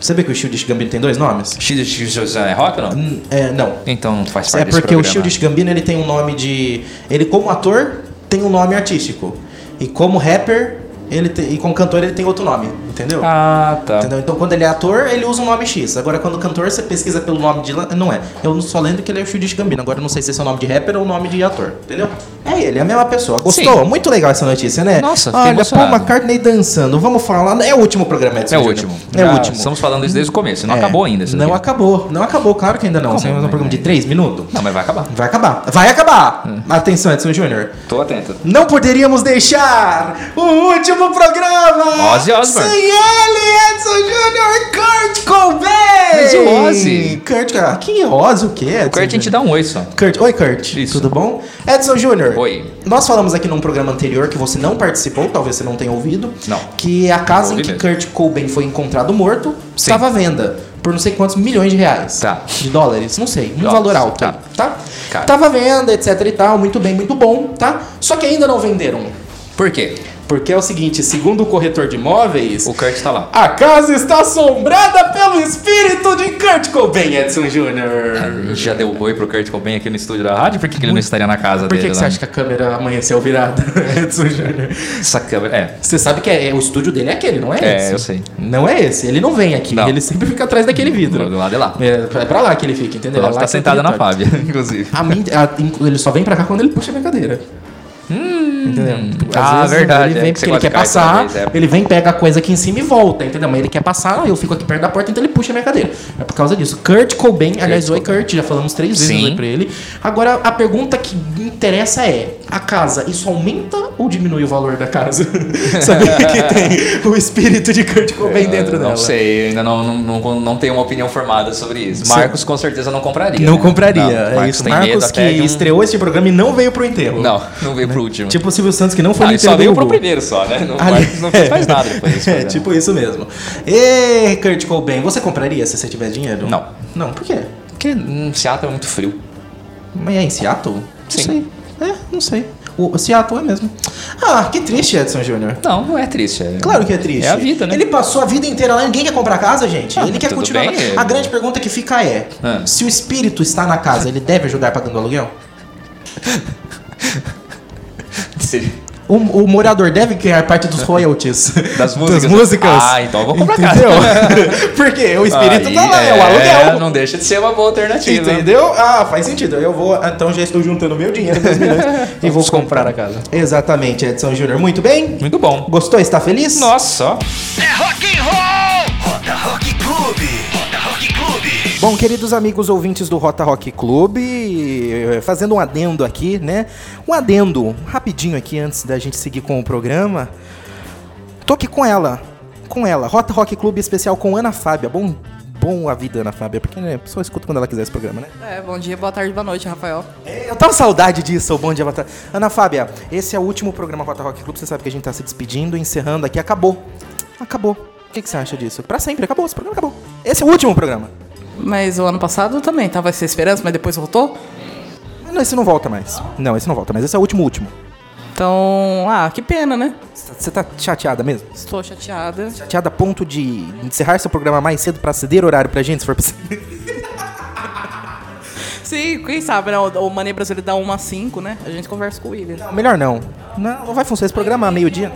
Speaker 2: Você vê que o Shield Gambino tem dois nomes?
Speaker 1: Shield de José é rock ou não?
Speaker 2: Hum, É, não.
Speaker 1: Então não faz parte
Speaker 2: É
Speaker 1: desse
Speaker 2: porque o
Speaker 1: programa.
Speaker 2: Shield Gambino ele tem um nome de. Ele, como ator, tem um nome artístico. E como rapper, ele tem- e como cantor, ele tem outro nome, entendeu?
Speaker 1: Ah, tá.
Speaker 2: Entendeu? Então, quando ele é ator, ele usa um nome X. Agora, quando cantor, você pesquisa pelo nome de. la- Não é. Eu só lembro que ele é o Shield Gambino. Agora, eu não sei se esse é o nome de rapper ou o nome de ator. Entendeu? É ele, é a mesma pessoa. Gostou?
Speaker 1: Sim.
Speaker 2: Muito legal essa notícia, né?
Speaker 1: Nossa, fiquei
Speaker 2: Olha, Paul
Speaker 1: emocionado.
Speaker 2: McCartney dançando. Vamos falar. É o último programa, Edson
Speaker 1: É o
Speaker 2: Júnior.
Speaker 1: último.
Speaker 2: É o
Speaker 1: Já
Speaker 2: último.
Speaker 1: Estamos falando isso desde o começo. Não
Speaker 2: É.
Speaker 1: acabou ainda. isso
Speaker 2: Não
Speaker 1: daqui.
Speaker 2: acabou. Não acabou. Claro que ainda não.
Speaker 1: Como?
Speaker 2: Você é um programa de 3 minutos?
Speaker 1: Não, É. mas vai acabar.
Speaker 2: Vai acabar. Vai acabar! Atenção, Edson Júnior.
Speaker 1: Tô atento.
Speaker 2: Não poderíamos deixar o último programa
Speaker 1: Ozzy Osbourne.
Speaker 2: sem ele, Edson Júnior, Kurt Cobain!
Speaker 1: Mas e o Ozzy?
Speaker 2: Kurt, ah, quem é Ozzy? O que é?
Speaker 1: O Kurt a gente dá um oi só.
Speaker 2: Kurt, oi Kurt,
Speaker 1: Isso.
Speaker 2: tudo bom? Edson Júnior.
Speaker 1: Oi.
Speaker 2: Nós falamos aqui num programa anterior que você não participou, talvez você não tenha ouvido.
Speaker 1: Não.
Speaker 2: Que a casa
Speaker 1: Não
Speaker 2: em
Speaker 1: ouvi
Speaker 2: que
Speaker 1: mesmo.
Speaker 2: Kurt Cobain foi encontrado morto estava à venda por não sei quantos milhões de reais.
Speaker 1: Tá.
Speaker 2: De dólares, não sei, um
Speaker 1: Dólares,
Speaker 2: valor alto.
Speaker 1: tá.
Speaker 2: Tá?
Speaker 1: Cara.
Speaker 2: Tava à venda, etc e tal, muito bem, muito bom, tá? Só que ainda não venderam.
Speaker 1: Por quê?
Speaker 2: Porque é o seguinte, segundo o corretor de imóveis,
Speaker 1: O Kurt tá lá.
Speaker 2: a casa está assombrada pelo espírito de Kurt Cobain, Edson Júnior.
Speaker 1: Já deu boi pro Kurt Cobain aqui no estúdio da rádio? Por que, que ele não estaria na casa
Speaker 2: Por que,
Speaker 1: dele?
Speaker 2: que
Speaker 1: lá?
Speaker 2: você acha que a câmera amanheceu virada, Edson Júnior?
Speaker 1: Essa câmera. É.
Speaker 2: Você sabe que é, é- o estúdio dele é aquele, não é,
Speaker 1: É,
Speaker 2: esse?
Speaker 1: eu sei.
Speaker 2: Não é esse. Ele não vem aqui.
Speaker 1: Não.
Speaker 2: Ele sempre fica atrás daquele vidro.
Speaker 1: Do lado é lá.
Speaker 2: É, pra- é pra lá que ele fica, entendeu?
Speaker 1: Ela
Speaker 2: É
Speaker 1: tá
Speaker 2: lá que é o
Speaker 1: sentada na
Speaker 2: território.
Speaker 1: Fábia, inclusive.
Speaker 2: A min- a- inclu- ele só vem pra cá quando ele puxa a minha cadeira. entendeu?
Speaker 1: Hum.
Speaker 2: Tipo,
Speaker 1: Ah, verdade,
Speaker 2: Ele
Speaker 1: é
Speaker 2: vem
Speaker 1: que você
Speaker 2: porque ele
Speaker 1: gosta
Speaker 2: quer
Speaker 1: de ficar aí
Speaker 2: passar,
Speaker 1: toda vez, é.
Speaker 2: ele vem, pega a coisa aqui em cima e volta, entendeu? Mas ele quer passar, eu fico aqui perto da porta, então ele puxa a minha cadeira. É por causa disso. Kurt Cobain, aliás, oi Kurt, já falamos três vezes
Speaker 1: Sim.
Speaker 2: oi pra ele. Agora, a pergunta que me interessa é: a casa, isso aumenta ou diminui o valor da casa? Saber que tem o espírito de Kurt Cobain dentro
Speaker 1: Eu
Speaker 2: dela.
Speaker 1: Não sei, ainda não, não, não, não tenho uma opinião formada sobre isso.
Speaker 2: Sim.
Speaker 1: Marcos com certeza não compraria.
Speaker 2: Não
Speaker 1: né?
Speaker 2: compraria.
Speaker 1: Não,
Speaker 2: é
Speaker 1: Marcos
Speaker 2: isso.
Speaker 1: tem medo
Speaker 2: Marcos
Speaker 1: até
Speaker 2: que
Speaker 1: de um-
Speaker 2: estreou este programa e não veio pro enterro.
Speaker 1: Não, não veio pro último.
Speaker 2: Tipo o Silvio Santos que não foi
Speaker 1: ah,
Speaker 2: no
Speaker 1: ele
Speaker 2: enterro
Speaker 1: só
Speaker 2: do
Speaker 1: veio pro
Speaker 2: Gugu.
Speaker 1: primeiro só, né? Não,
Speaker 2: Ali-
Speaker 1: Marcos não fez mais nada depois disso.
Speaker 2: É,
Speaker 1: fazendo.
Speaker 2: tipo isso mesmo. Ê, Kurt Cobain, você compraria se você tivesse dinheiro?
Speaker 1: Não.
Speaker 2: Não, por quê?
Speaker 1: Porque
Speaker 2: um
Speaker 1: hum, Seattle é muito frio.
Speaker 2: Mas é em Seattle?
Speaker 1: Sim.
Speaker 2: Não sei. É, não sei. O, o Seattle é mesmo. Ah, que triste, Edson Júnior.
Speaker 1: Não, não é triste. É...
Speaker 2: Claro que é triste.
Speaker 1: É a vida, né?
Speaker 2: Ele passou a vida inteira lá, ninguém quer comprar casa, gente.
Speaker 1: Ah,
Speaker 2: ele quer
Speaker 1: tudo
Speaker 2: continuar.
Speaker 1: bem,
Speaker 2: na-
Speaker 1: é.
Speaker 2: A grande pergunta que fica é:
Speaker 1: Ah.
Speaker 2: se o espírito está na casa, ele deve ajudar pagando o aluguel?
Speaker 1: Seria-
Speaker 2: O, o morador deve ganhar parte dos royalties
Speaker 1: Das músicas.
Speaker 2: músicas.
Speaker 1: Ah, então eu vou comprar casa.
Speaker 2: Entendeu? Porque o espírito
Speaker 1: Aí,
Speaker 2: tá lá, é, o aluguel.
Speaker 1: é, Não deixa de ser uma boa alternativa.
Speaker 2: Entendeu? Ah, faz sentido. Eu vou. Então já estou juntando meu dinheiro, meus milhões, e vou comprar a casa. Exatamente, Edson Júnior. Muito bem?
Speaker 1: Muito bom.
Speaker 2: Gostou? Está feliz?
Speaker 1: Nossa, ó.
Speaker 3: É rock and roll! Roda Rock Clube! Roda Rock Clube!
Speaker 2: Bom, queridos amigos ouvintes do Rota Rock Clube, eh, fazendo um adendo aqui, né? Um adendo rapidinho aqui antes da gente seguir com o programa. Tô aqui com ela, com ela, Rota Rock Clube especial com Ana Fábia. Bom, bom a vida, Ana Fábia, porque né, a pessoa escuta quando ela quiser esse programa, né?
Speaker 5: É, bom dia, boa tarde, boa noite, Rafael.
Speaker 2: É, Eu tava saudade disso, o Bom Dia Avatar. Ana Fábia, esse é o último programa Rota Rock Club. Você sabe que a gente tá se despedindo, encerrando aqui. Acabou. Acabou. O que, que você acha disso? Pra sempre, acabou. Esse programa acabou. Esse é o último programa.
Speaker 5: Mas o ano passado também tava essa esperança, mas depois voltou.
Speaker 2: Ah, Não, esse não volta mais. Não, esse não volta mais. Esse é o último, último.
Speaker 5: Então, ah, que pena, né?
Speaker 2: Você tá- Você tá chateada mesmo?
Speaker 5: Estou chateada.
Speaker 2: Chateada a ponto de encerrar seu programa mais cedo pra ceder horário pra gente, se for possível.
Speaker 5: Sim, quem sabe, né? O, o Mané Brasileiro dá uma a 5, né? A gente conversa com o William.
Speaker 2: Não, melhor não. Não, não vai funcionar esse programa a meio-dia.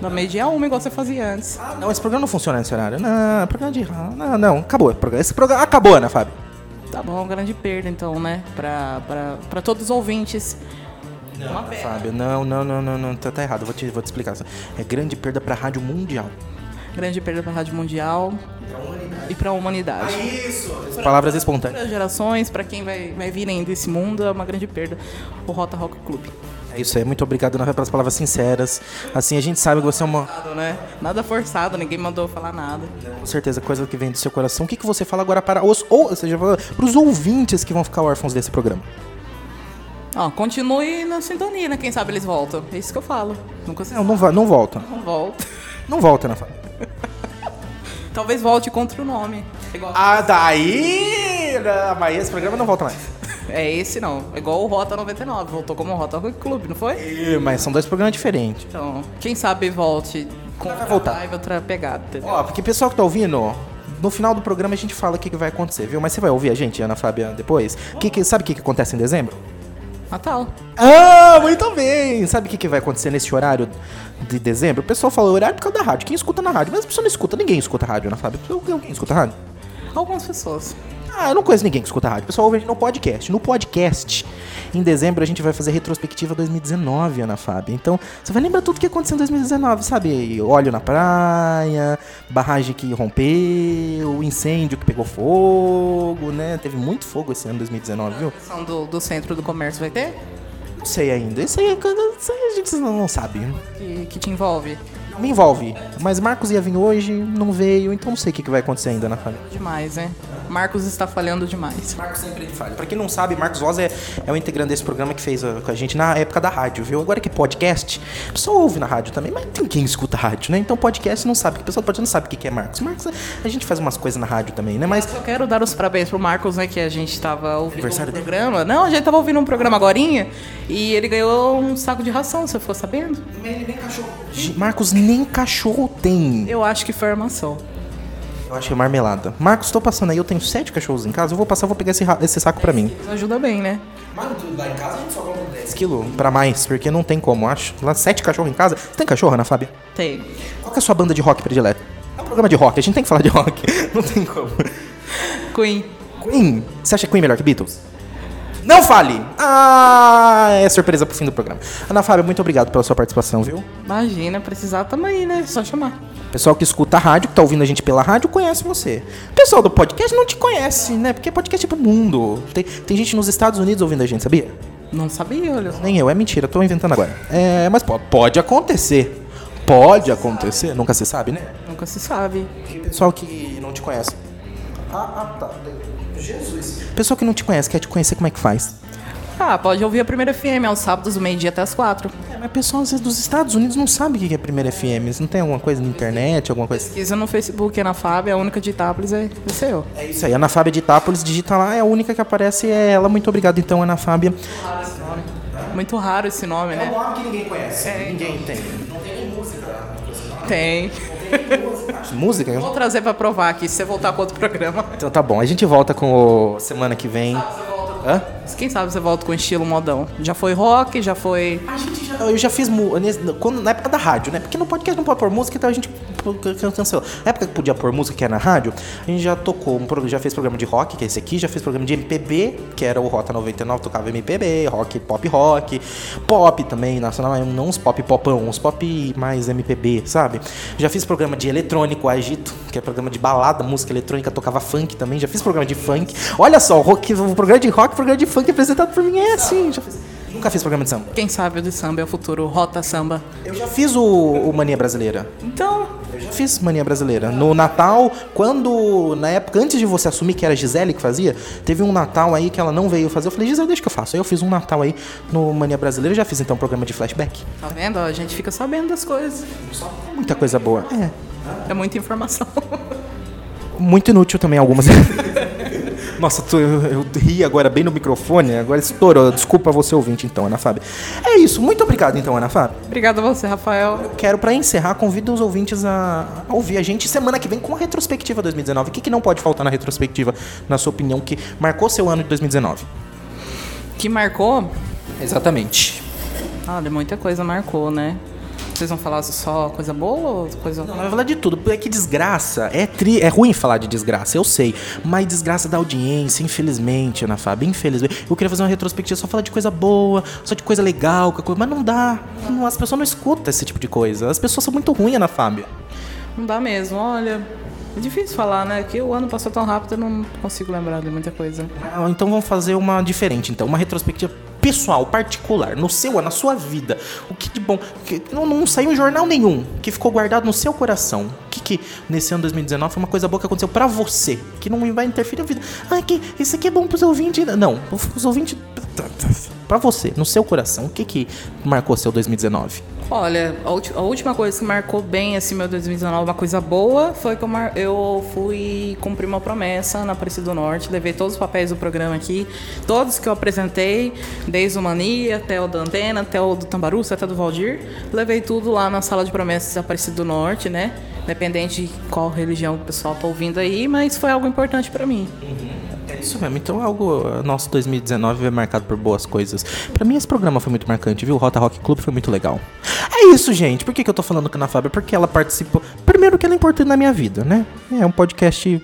Speaker 5: Da meia-dia a uma, igual você fazia antes.
Speaker 2: Ah, Não, esse programa não funciona nesse horário. Não, é programa de rádio. Não, não, acabou. esse programa. Esse programa acabou, Ana Fábia.
Speaker 5: Tá bom, grande perda, então, né? Pra, pra, pra todos os ouvintes. uma pena.
Speaker 2: Fábio, não, não, não, não, não, tá, tá errado, vou te, vou te explicar. É grande perda pra rádio mundial.
Speaker 5: Grande perda pra Rádio Mundial e pra humanidade.
Speaker 2: As Palavras espontâneas.
Speaker 5: Para gerações, pra quem vai, vai vir ainda esse mundo, é uma grande perda. O Rota Rock Club.
Speaker 2: É isso aí, muito obrigado, Ana Fábia, pelas palavras sinceras. Assim, a gente sabe que você é uma,
Speaker 5: Nada, né? Nada forçado, ninguém mandou falar nada.
Speaker 2: com certeza, coisa que vem do seu coração. O que, que você fala agora para os, ou, ou seja, para os ouvintes que vão ficar órfãos desse programa?
Speaker 5: Ó, continue na sintonia, né? Quem sabe eles voltam. É isso que eu falo. Nunca se
Speaker 2: Não, não, va- não volta.
Speaker 5: não volta.
Speaker 2: Não volta, Ana Fábia.
Speaker 5: Talvez volte contra o nome. É Igual-
Speaker 2: Ah, daí... Mas esse programa não volta mais.
Speaker 5: É esse não. É igual o Rota 99. Voltou como Rota Rock Club, não foi?
Speaker 2: Mas são dois programas diferentes.
Speaker 5: Então, quem sabe volte com
Speaker 2: Vai
Speaker 5: outra
Speaker 2: voltar.
Speaker 5: vibe, outra pegada. entendeu?
Speaker 2: Ó, porque pessoal que tá ouvindo, no final do programa a gente fala o que, que vai acontecer, viu? Mas você vai ouvir a gente, Ana Fábia, depois? Que que- sabe o que, que acontece em dezembro?
Speaker 5: Natal.
Speaker 2: Ah, muito bem! Sabe o que, que vai acontecer nesse horário de dezembro? O pessoal fala horário por causa da rádio. Quem escuta na rádio? Mas a pessoa não escuta, ninguém escuta rádio, Ana Fábia. Alguém, alguém escuta rádio?
Speaker 5: Algumas pessoas.
Speaker 2: Ah, eu não conheço ninguém que escuta rádio. O pessoal ouve a gente no podcast. No podcast, em dezembro, a gente vai fazer a retrospectiva 2019, Ana Fábia. Então, você vai lembrar tudo que aconteceu em 2019, sabe? Óleo na praia, barragem que rompeu, incêndio que pegou fogo, né? Teve muito fogo esse ano 2019, viu?
Speaker 5: São do, do centro do comércio vai ter?
Speaker 2: Não sei ainda. Isso aí, é isso aí a gente não não sabe.
Speaker 5: Que, que te envolve.
Speaker 2: Não Me envolve. Mas Marcos ia vir hoje, não veio, então não sei o que que vai acontecer ainda, Ana Fábia.
Speaker 5: Demais, né? Marcos está falhando demais.
Speaker 2: Marcos sempre ele falha. Pra quem não sabe, Marcos Voz é, é o integrante desse programa que fez uh, com a gente na época da rádio, viu? Agora que é podcast, a pessoa ouve na rádio também, mas tem quem escuta rádio, né? Então podcast não sabe, o pessoal do podcast não sabe o que que é Marcos. Marcos, a gente faz umas coisas na rádio também, né? Mas
Speaker 5: Eu quero dar os parabéns pro Marcos, né? Que a gente tava ouvindo um
Speaker 2: Aniversário dele.
Speaker 5: programa. Não, a gente tava ouvindo um programa agorinha e ele ganhou um saco de ração, você ficou sabendo?
Speaker 2: Gi- Marcos nem cachorro tem.
Speaker 5: Eu acho que foi armação.
Speaker 2: Eu achei marmelada. Marcos, tô passando aí, eu tenho sete cachorros em casa, eu vou passar, eu vou pegar esse, ra- esse saco pra mim.
Speaker 5: Isso ajuda bem, né?
Speaker 2: Lá em casa a gente só compra 10 quilos pra mais, porque não tem como, acho. Lá sete cachorros em casa. Você tem né, cachorro, Ana Fábia?
Speaker 5: Tem.
Speaker 2: Qual que é a sua banda de rock predileta? É um programa de rock, a gente tem que falar de rock. Não tem como.
Speaker 5: Queen.
Speaker 2: Queen. Você acha Queen melhor que Beatles? Não fale! Ah, é surpresa pro fim do programa. Ana Fábio, muito obrigado pela sua participação, viu?
Speaker 5: Imagina, precisar tamo aí, né? Só chamar.
Speaker 2: Pessoal que escuta a rádio, que tá ouvindo a gente pela rádio, conhece você. Pessoal do podcast não te conhece, né? Porque podcast é pro mundo. Tem, tem gente nos Estados Unidos ouvindo a gente, sabia?
Speaker 5: Não sabia, olha. só.
Speaker 2: Nem eu, é mentira, tô inventando agora. É, mas po- pode acontecer. Pode acontecer, nunca se sabe, né?
Speaker 5: Nunca se sabe.
Speaker 2: Pessoal que não te conhece. Ah, ah tá. Jesus. Pessoal que não te conhece, quer te conhecer, como é que faz?
Speaker 5: Ah, pode ouvir a primeira FM aos sábados, do meio-dia até as quatro.
Speaker 2: É, mas pessoal às vezes, dos Estados Unidos não sabe o que que é Primeira FM. Não tem alguma coisa na internet, alguma coisa.
Speaker 5: Pesquisa no Facebook, é na Fábio, a única de Itápolis é esse eu.
Speaker 2: É isso aí. Ana Fábia de Itápolis, digita lá, é a única que aparece é ela. Muito obrigado, então, Ana Fábia.
Speaker 5: Muito raro esse nome, né?
Speaker 2: nome que ninguém conhece. ninguém tem.
Speaker 5: Tem.
Speaker 2: Música?
Speaker 5: Vou trazer pra provar aqui, se você voltar com outro programa.
Speaker 2: Então tá bom. A gente volta com o semana que vem. Hã?
Speaker 5: Quem sabe você volta com estilo modão. Já foi rock, já foi.
Speaker 2: A gente já, eu já fiz mu- nesse- quando, na época da rádio, né? Porque no podcast não pode pôr música, então a gente p- can- cancelou. Na época que podia pôr música, que era na rádio, a gente já tocou, um, pro- já fez programa de rock, que é esse aqui, já fez programa de MPB, que era o Rota 99, tocava MPB, rock, pop rock, pop também, nacional, mas não uns pop popão, uns pop mais MPB, sabe? Já fiz programa de eletrônico, Agito, que é programa de balada, música eletrônica, tocava funk também, já fiz programa de funk. Olha só, o, rock, o programa de rock, o programa de funk é apresentado por mim, é assim, já fiz. nunca fiz programa de samba.
Speaker 5: Quem sabe o de samba é o futuro, rota samba.
Speaker 2: Eu já fiz o, o Mania Brasileira.
Speaker 5: Então,
Speaker 2: Eu já fiz Mania Brasileira. No Natal, quando. Na época, antes de você assumir que era a Gisele que fazia, teve um Natal aí que ela não veio fazer. Eu falei, Gisele, deixa que eu faço. Aí eu fiz um Natal aí no Mania Brasileira. Eu já fiz então um programa de flashback.
Speaker 5: tá vendo? Ó, A gente fica sabendo das coisas.
Speaker 2: Muita coisa boa. É.
Speaker 5: É muita informação.
Speaker 2: Muito inútil também algumas. Nossa, tu- eu, eu ri agora bem no microfone, agora estourou. Desculpa você ouvinte, então, Ana Fábio. É isso, muito obrigado, então, Ana Fábio.
Speaker 5: Obrigada a você, Rafael.
Speaker 2: Quero, pra encerrar, convido os ouvintes a a ouvir a gente semana que vem com a retrospectiva 2019. O que, que não pode faltar na retrospectiva, na sua opinião, que marcou seu ano de 2019?
Speaker 5: Que marcou?
Speaker 2: Exatamente.
Speaker 5: Olha, muita coisa marcou, né? Vocês vão falar só coisa boa ou coisa.
Speaker 2: Não, vai falar de tudo. É que desgraça. É, tri... é ruim falar de desgraça, eu sei. Mas desgraça da audiência, infelizmente, Ana Fábio. Infelizmente. Eu queria fazer uma retrospectiva só falar de coisa boa, só de coisa legal, que coisa- mas não dá. Não, as pessoas não escutam esse tipo de coisa. As pessoas são muito ruins, Ana Fábio.
Speaker 5: Não dá mesmo, olha. É difícil falar, né? Que o ano passou tão rápido, eu não consigo lembrar de muita coisa.
Speaker 2: Ah, Então vamos fazer uma diferente, então, uma retrospectiva pessoal, particular, no seu, na sua vida. O que de bom? que não, não saiu em jornal nenhum, que ficou guardado no seu coração. O que, que nesse ano 2019 foi uma coisa boa que aconteceu pra você, que não vai interferir na vida. Ah, que isso aqui é bom pros ouvintes. Não, os ouvintes. Pra você, no seu coração, o que que marcou seu 2019?
Speaker 5: Olha, a, ulti- a última coisa que marcou bem esse meu 2019, uma coisa boa, foi que eu, mar- eu fui cumprir uma promessa na Aparecida do Norte, levei todos os papéis do programa aqui, todos que eu apresentei, desde o Mania até o da Antena, até o do Tambaruça, até o do Valdir, levei tudo lá na sala de promessas da Aparecida do Norte, né? Independente de qual religião o pessoal tá ouvindo aí, mas foi algo importante pra mim.
Speaker 2: É isso mesmo, então algo. Nosso 2019 é marcado por boas coisas. Pra mim, esse programa foi muito marcante, viu? O Rota Rock Club foi muito legal. É isso, gente. Por que, que eu tô falando com a Ana Fábio? Porque ela participou. Primeiro, que ela é importante na minha vida, né? É um podcast.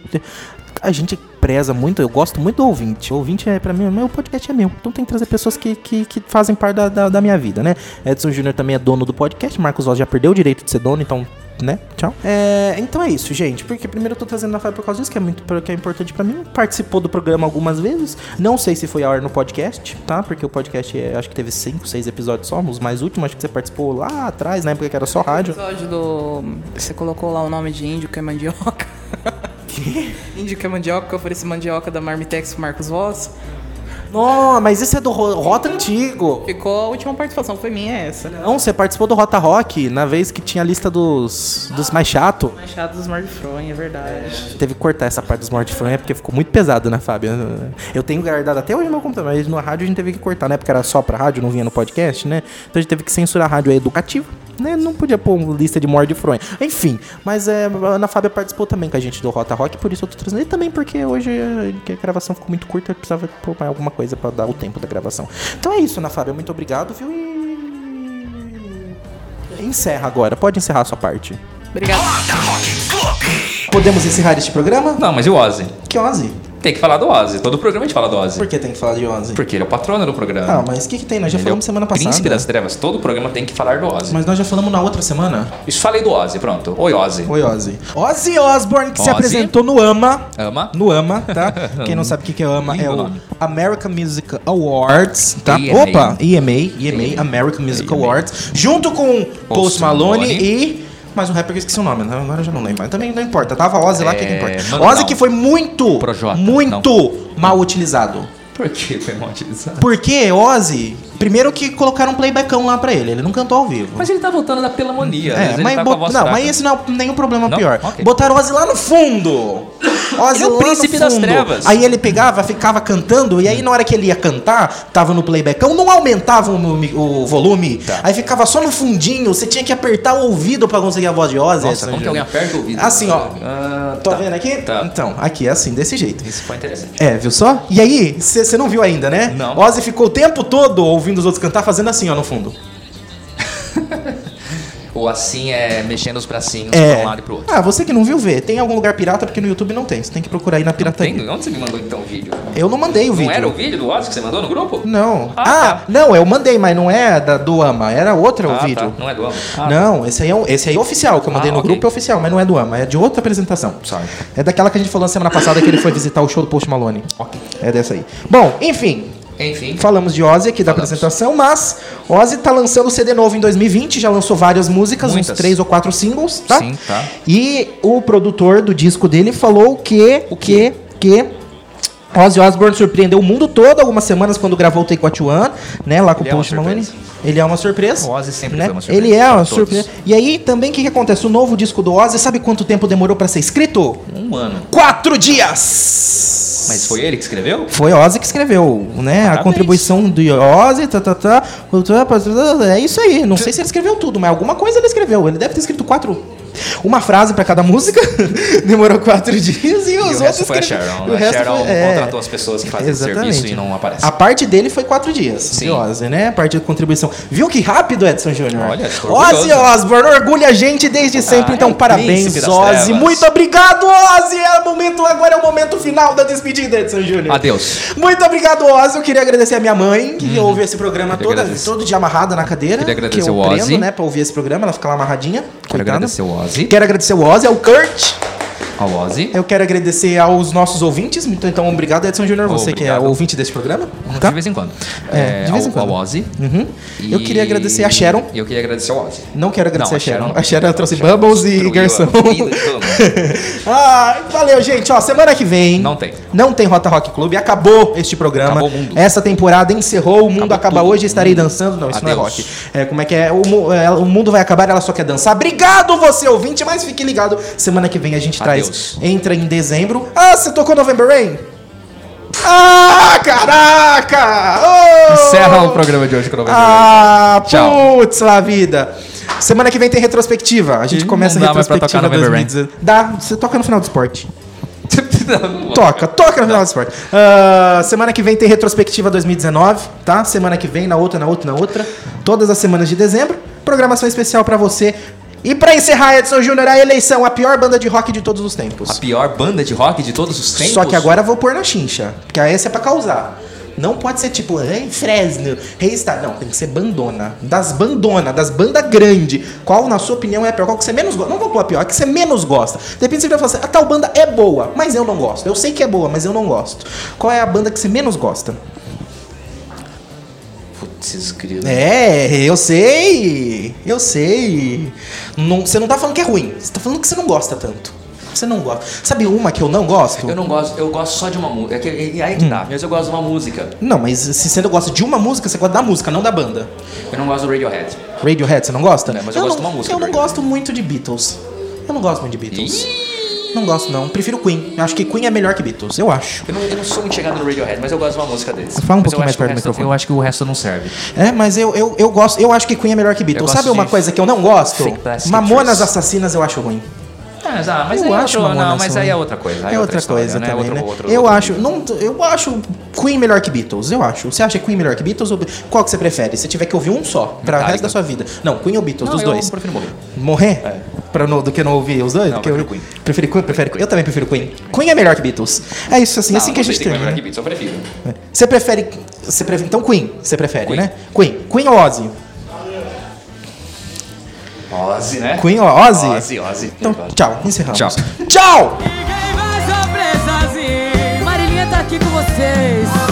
Speaker 2: A gente preza muito, eu gosto muito do ouvinte. O ouvinte é pra mim, o meu podcast é meu. Então tem que trazer pessoas que, que, que fazem parte da, da, da minha vida, né? Edson Júnior também é dono do podcast, Marcos Oz já perdeu o direito de ser dono, então né? Tchau. É, então é isso, gente. Porque primeiro eu tô trazendo na Fábio por causa disso, que é muito que é importante pra mim. Participou do programa algumas vezes. Não sei se foi a hora no podcast, tá? Porque o podcast é- acho que teve 5, 6 episódios só, os mais últimos, acho que você participou lá atrás, na época que era só rádio.
Speaker 5: episódio do. Você colocou lá o nome de índio que é mandioca. índio que é mandioca, que eu ofereci mandioca da Marmitex pro Marcos Voss.
Speaker 2: Não, mas esse é do ro- Rota Antigo.
Speaker 5: Ficou a última participação, foi minha essa.
Speaker 2: Não, você participou do Rota Rock na vez que tinha a lista dos, dos mais chato.
Speaker 5: Machado dos Mordifronha, é verdade.
Speaker 2: Teve que cortar essa parte dos morte fã, é porque ficou muito pesado, né, Fábio? Eu tenho guardado até hoje no meu computador, mas na rádio a gente teve que cortar, né? Porque era só pra rádio, não vinha no podcast, né? Então a gente teve que censurar a rádio educativa, né? Não podia pôr uma lista de morte fronha. Enfim, mas é, a Ana Fábia participou também com a gente do Rota Rock, por isso eu tô trazendo. E também porque hoje eh, que a gravação ficou muito curta, eu precisava pôr mais alguma coisa pra dar o tempo da gravação. Então é isso, Ana Fábia, muito obrigado, viu? E. Encerra agora, pode encerrar a sua parte.
Speaker 5: Obrigada.
Speaker 2: Podemos encerrar este programa?
Speaker 1: Não, mas e o Ozzy?
Speaker 2: Que é? Ozzy?
Speaker 1: Tem que falar do Ozzy. Todo programa a gente fala do Ozzy.
Speaker 2: Por que tem que falar de Ozzy?
Speaker 1: Porque ele é o patrono do programa.
Speaker 2: Ah, mas o que, que tem? Nós já
Speaker 1: Ele é
Speaker 2: falamos
Speaker 1: o
Speaker 2: semana passada.
Speaker 1: Príncipe das Trevas. Todo programa tem que falar do Ozzy.
Speaker 2: Mas nós já falamos na outra semana.
Speaker 1: Isso falei do Ozzy, pronto. Oi, Ozzy.
Speaker 2: Oi, Ozzy. Ozzy Osbourne, que se
Speaker 1: Ozzy.
Speaker 2: apresentou no AMA.
Speaker 1: Ama?
Speaker 2: No AMA, tá? Quem não sabe o que, que é o AMA, é
Speaker 1: Lindo
Speaker 2: o
Speaker 1: nome.
Speaker 2: American Music Awards, tá?
Speaker 1: EMA.
Speaker 2: Opa, EMA, EMA, American Music Awards, junto com Post Malone,
Speaker 1: Malone.
Speaker 2: e... Mais um rapper que eu esqueci o nome, né? agora eu já não lembro. Mas também não importa, tava Ozzy lá, o que, que
Speaker 1: É,
Speaker 2: importa?
Speaker 1: Mano
Speaker 2: Ozzy
Speaker 1: Brown.
Speaker 2: que foi muito,
Speaker 1: Projota, então.
Speaker 2: muito mal utilizado.
Speaker 1: Por que foi monetizado?
Speaker 2: Porque Ozzy, primeiro que colocaram um playbackão lá pra ele, ele não cantou ao vivo.
Speaker 1: Mas ele tá voltando da pneumonia. às
Speaker 2: É,
Speaker 1: vezes
Speaker 2: mas,
Speaker 1: ele tá
Speaker 2: bot-
Speaker 1: com a voz
Speaker 2: não,
Speaker 1: fraca.
Speaker 2: mas esse não é nenhum problema
Speaker 1: Não?
Speaker 2: pior.
Speaker 1: Ok.
Speaker 2: Botaram Ozzy lá no fundo. Ozzy
Speaker 1: Ele é o
Speaker 2: lá
Speaker 1: príncipe
Speaker 2: no
Speaker 1: das
Speaker 2: fundo.
Speaker 1: trevas.
Speaker 2: Aí ele pegava, ficava cantando, e aí na hora que ele ia cantar, tava no playbackão, não aumentava o, mi- o volume.
Speaker 1: Tá.
Speaker 2: Aí ficava só no fundinho, você tinha que apertar o ouvido pra conseguir a voz de Ozzy.
Speaker 1: Nossa, como que alguém aperta o ouvido? né?
Speaker 2: Assim, ó.
Speaker 1: Ah,
Speaker 2: Tô
Speaker 1: tá.
Speaker 2: vendo aqui?
Speaker 1: Tá.
Speaker 2: Então, aqui é assim, desse jeito.
Speaker 1: Isso foi interessante.
Speaker 2: É, viu só? E aí, você não viu ainda, né?
Speaker 1: Não.
Speaker 2: Ozzy ficou o tempo todo ouvindo os outros cantar, fazendo assim, ó, no fundo.
Speaker 1: Ou assim é mexendo os bracinhos pra
Speaker 2: É.
Speaker 1: um lado e pro outro.
Speaker 2: Ah, você que não viu, vê. Tem algum lugar pirata, porque no YouTube não tem. Você tem que procurar aí na pirataria.
Speaker 1: Tem? Onde você me mandou então o vídeo?
Speaker 2: Eu não mandei tá o vídeo.
Speaker 1: Não era o vídeo do Ozzy que você mandou no grupo?
Speaker 2: Não. Ah,
Speaker 1: Ah,
Speaker 2: não, eu mandei, mas não é da, do AMA, era outro
Speaker 1: Ah,
Speaker 2: o vídeo.
Speaker 1: tá. Não é do Ozzy. Ah,
Speaker 2: Não, esse aí, é, um- esse aí é oficial, que eu mandei
Speaker 1: Ah,
Speaker 2: no
Speaker 1: ok.
Speaker 2: grupo é oficial, mas não é do AMA, é de outra apresentação.
Speaker 1: tá.
Speaker 2: Sorry. É daquela que a gente falou na semana passada que ele foi visitar o show do Post Malone. É dessa aí. Bom, enfim,
Speaker 1: Enfim.
Speaker 2: Falamos de Ozzy aqui da apresentação, mas Ozzy tá lançando CD novo em 2020, já lançou várias músicas,
Speaker 1: Muitas.
Speaker 2: uns três ou quatro singles, tá?
Speaker 1: Sim, tá.
Speaker 2: E o produtor do disco dele falou que o que que Ozzy Osbourne surpreendeu o mundo todo algumas semanas quando gravou o Take What You Want, né, lá com
Speaker 1: Ele
Speaker 2: o
Speaker 1: é uma
Speaker 2: Post Malone.
Speaker 1: surpresa.
Speaker 2: Ele é uma surpresa.
Speaker 1: O Ozzy sempre
Speaker 2: né?
Speaker 1: foi uma surpresa
Speaker 2: Ele é
Speaker 1: pra
Speaker 2: uma
Speaker 1: todos.
Speaker 2: surpresa. E aí também o que, que acontece? O novo disco do Ozzy, sabe quanto tempo demorou pra ser escrito?
Speaker 1: Um ano.
Speaker 2: Quatro dias.
Speaker 1: Mas foi ele que escreveu?
Speaker 2: Foi Ozzy que escreveu, né? A
Speaker 1: Parabéns.
Speaker 2: contribuição do Ozzy, tá, tá, tá, É isso aí. Não sei se ele escreveu tudo, mas alguma coisa ele escreveu. Ele deve ter escrito quatro. Uma frase pra cada música. Demorou quatro dias e os
Speaker 1: E o
Speaker 2: outros.
Speaker 1: resto foi a
Speaker 2: escreve-
Speaker 1: Sharon.
Speaker 2: e o
Speaker 1: né? A
Speaker 2: resto
Speaker 1: Sharon
Speaker 2: foi- é.
Speaker 1: contratou as pessoas que fazem
Speaker 2: Exatamente.
Speaker 1: o serviço e não aparece.
Speaker 2: A parte dele foi quatro dias
Speaker 1: Sim.
Speaker 2: de Ozzy, né? A parte da contribuição. Viu que rápido, Edson Júnior?
Speaker 1: Olha, tô orgulhoso.
Speaker 2: Ozzy Osbourne orgulha a gente desde sempre.
Speaker 1: Ah,
Speaker 2: então,
Speaker 1: é o
Speaker 2: parabéns,
Speaker 1: príncipe das
Speaker 2: Ozzy.
Speaker 1: trevas.
Speaker 2: Muito obrigado, Ozzy. É o momento, agora é o momento final da despedida, Edson Júnior.
Speaker 1: Adeus.
Speaker 2: Muito obrigado, Ozzy. Eu queria agradecer a minha mãe, que ouve esse programa
Speaker 1: Eu que
Speaker 2: toda,
Speaker 1: agradeço.
Speaker 2: todo dia amarrada na cadeira.
Speaker 1: Hum, Queria agradecer
Speaker 2: que eu
Speaker 1: o Ozzy.
Speaker 2: prendo, né, pra ouvir esse programa. Ela fica lá amarradinha.
Speaker 1: Quero
Speaker 2: coitada.
Speaker 1: agradecer o Ozzy.
Speaker 2: Quero agradecer o Ozzy, ao Kurt.
Speaker 1: Ao Ozzy.
Speaker 2: Eu quero agradecer aos nossos ouvintes. Muito- Então, obrigado, Edson Júnior, você que é
Speaker 1: Obrigado. Tá.
Speaker 2: ouvinte desse programa.
Speaker 1: De vez em quando.
Speaker 2: Tá. É, de vez em
Speaker 1: ao,
Speaker 2: quando. Uhum.
Speaker 1: Ao Ozzy.
Speaker 2: Eu queria agradecer a Sharon.
Speaker 1: Eu queria agradecer ao Ozzy.
Speaker 2: Não quero agradecer
Speaker 1: Não,
Speaker 2: a Sharon.
Speaker 1: não.
Speaker 2: A Sharon trouxe Bubbles e
Speaker 1: destruiu
Speaker 2: Garçom.
Speaker 1: a vida de todo mundo.
Speaker 2: ah, valeu, gente. Ó, semana que vem.
Speaker 1: Não tem.
Speaker 2: Não tem Rota Rock Clube. Acabou este programa.
Speaker 1: Acabou o mundo.
Speaker 2: Essa temporada encerrou. O mundo
Speaker 1: Acabou
Speaker 2: acaba
Speaker 1: tudo. Hum.
Speaker 2: hoje. Estarei dançando. Não, isso não é
Speaker 1: Adeus.
Speaker 2: rock. É, como é que é? O, mu- é, o mundo vai acabar. Ela só quer dançar. Obrigado, você ouvinte. Mas fique ligado. Semana que vem a gente
Speaker 1: Adeus.
Speaker 2: traz. Entra em dezembro. Ah, você tocou November Rain? Ah, caraca! Oh!
Speaker 1: Encerra o programa de hoje com o November Rain.
Speaker 2: Ah,
Speaker 1: Tchau.
Speaker 2: putz, lá vida. Semana que vem tem retrospectiva. A gente
Speaker 1: Ih,
Speaker 2: começa a
Speaker 1: não dá mais pra
Speaker 2: retrospectiva
Speaker 1: tocar November Rain.
Speaker 2: 2019. Dá, você toca no final do esporte.
Speaker 1: Não.
Speaker 2: Toca, toca no final do esporte. Ah, semana que vem tem retrospectiva 2019, tá? Semana que vem, na outra, na outra, na outra. Todas as semanas de dezembro. Programação especial pra você. E pra encerrar, Edson Júnior, a eleição, a pior banda de rock de todos os tempos.
Speaker 1: A pior banda de rock de todos os tempos.
Speaker 2: Só que agora eu vou pôr na chincha. Porque aí essa é pra causar. Não pode ser tipo, ei, Fresno, Reistar. Não, tem que ser bandona. Das bandona, das bandas grande. Qual, na sua opinião, é a pior? Qual que você menos gosta? Não vou pôr a pior, é que você menos gosta. Depende se você vai falar assim, a tal banda é boa, mas eu não gosto. Eu sei que é boa, mas eu não gosto. Qual é a banda que você menos gosta?
Speaker 1: Putz, querido.
Speaker 2: É, eu sei. Eu sei. Não- você não tá falando que é ruim. Você tá falando que você não gosta tanto. Você não gosta. Sabe uma que eu não gosto?
Speaker 1: Eu não gosto, eu gosto só de uma música. É que- é- é Aí que tá.
Speaker 2: Hum.
Speaker 1: Mas eu gosto de uma música.
Speaker 2: Não, mas se você não gosta de uma música, você gosta da música, não da banda.
Speaker 1: Eu não gosto do Radiohead.
Speaker 2: Radiohead, você não gosta?
Speaker 1: É, mas eu gosto
Speaker 2: não,
Speaker 1: de uma música
Speaker 2: Eu
Speaker 1: do
Speaker 2: não gosto muito de Beatles. Eu não gosto muito de Beatles. Não gosto, não. Prefiro Queen. Eu acho que Queen é melhor que Beatles, eu acho.
Speaker 1: Eu não, eu não sou muito chegado no Radiohead, mas eu gosto de uma música deles.
Speaker 2: Fala um
Speaker 1: Mas eu
Speaker 2: pouquinho
Speaker 1: acho
Speaker 2: mais
Speaker 1: que o
Speaker 2: perto do
Speaker 1: resto-
Speaker 2: microfone.
Speaker 1: Eu acho que o resto não serve.
Speaker 2: É, mas eu, eu, eu gosto, eu acho que Queen é melhor que Beatles.
Speaker 1: gosto
Speaker 2: Sabe uma
Speaker 1: de
Speaker 2: coisa que eu não gosto?
Speaker 1: Fake Plastic
Speaker 2: Mamonas
Speaker 1: Trees.
Speaker 2: Assassinas eu acho ruim.
Speaker 1: Ah, mas, ah, mas
Speaker 2: eu
Speaker 1: aí é
Speaker 2: acho
Speaker 1: outro-
Speaker 2: Mamonas
Speaker 1: não, mas
Speaker 2: ruim.
Speaker 1: aí é outra coisa. aí
Speaker 2: É outra
Speaker 1: história,
Speaker 2: coisa também,
Speaker 1: Outro-
Speaker 2: né?
Speaker 1: outro-
Speaker 2: Eu
Speaker 1: outro-
Speaker 2: acho, não, eu acho Queen melhor que Beatles, eu acho. Você acha Queen melhor que Beatles ou qual que você prefere? Se tiver que ouvir um só para o
Speaker 1: Metallica.
Speaker 2: resto da sua vida. Não, Queen ou Beatles,
Speaker 1: Não,
Speaker 2: dos
Speaker 1: eu
Speaker 2: dois.
Speaker 1: prefiro morrer.
Speaker 2: Morrer? Pra não- do que não ouvir os dois?
Speaker 1: É. Não,
Speaker 2: Do que eu-
Speaker 1: prefiro Queen.
Speaker 2: Prefiro Queen? Prefere Queen? Eu também prefiro Queen. Queen é melhor que Beatles. É isso, assim,
Speaker 1: Não,
Speaker 2: assim
Speaker 1: não
Speaker 2: que a
Speaker 1: sei se
Speaker 2: gente
Speaker 1: é
Speaker 2: termina.
Speaker 1: melhor que Beatles, eu prefiro.
Speaker 2: né? Você prefere, você prefere. Então, Queen, você prefere,
Speaker 1: Queen.
Speaker 2: né? Queen. Queen ou Ozzy?
Speaker 1: Ozzy, né?
Speaker 2: Queen ou Ozzy?
Speaker 1: Ozzy, Ozzy.
Speaker 2: Então,
Speaker 1: Eu gosto.
Speaker 2: tchau, encerramos.
Speaker 1: Tchau.
Speaker 2: Tchau!
Speaker 6: Ninguém vai sofrer sozinho. Marilinha tá aqui com vocês.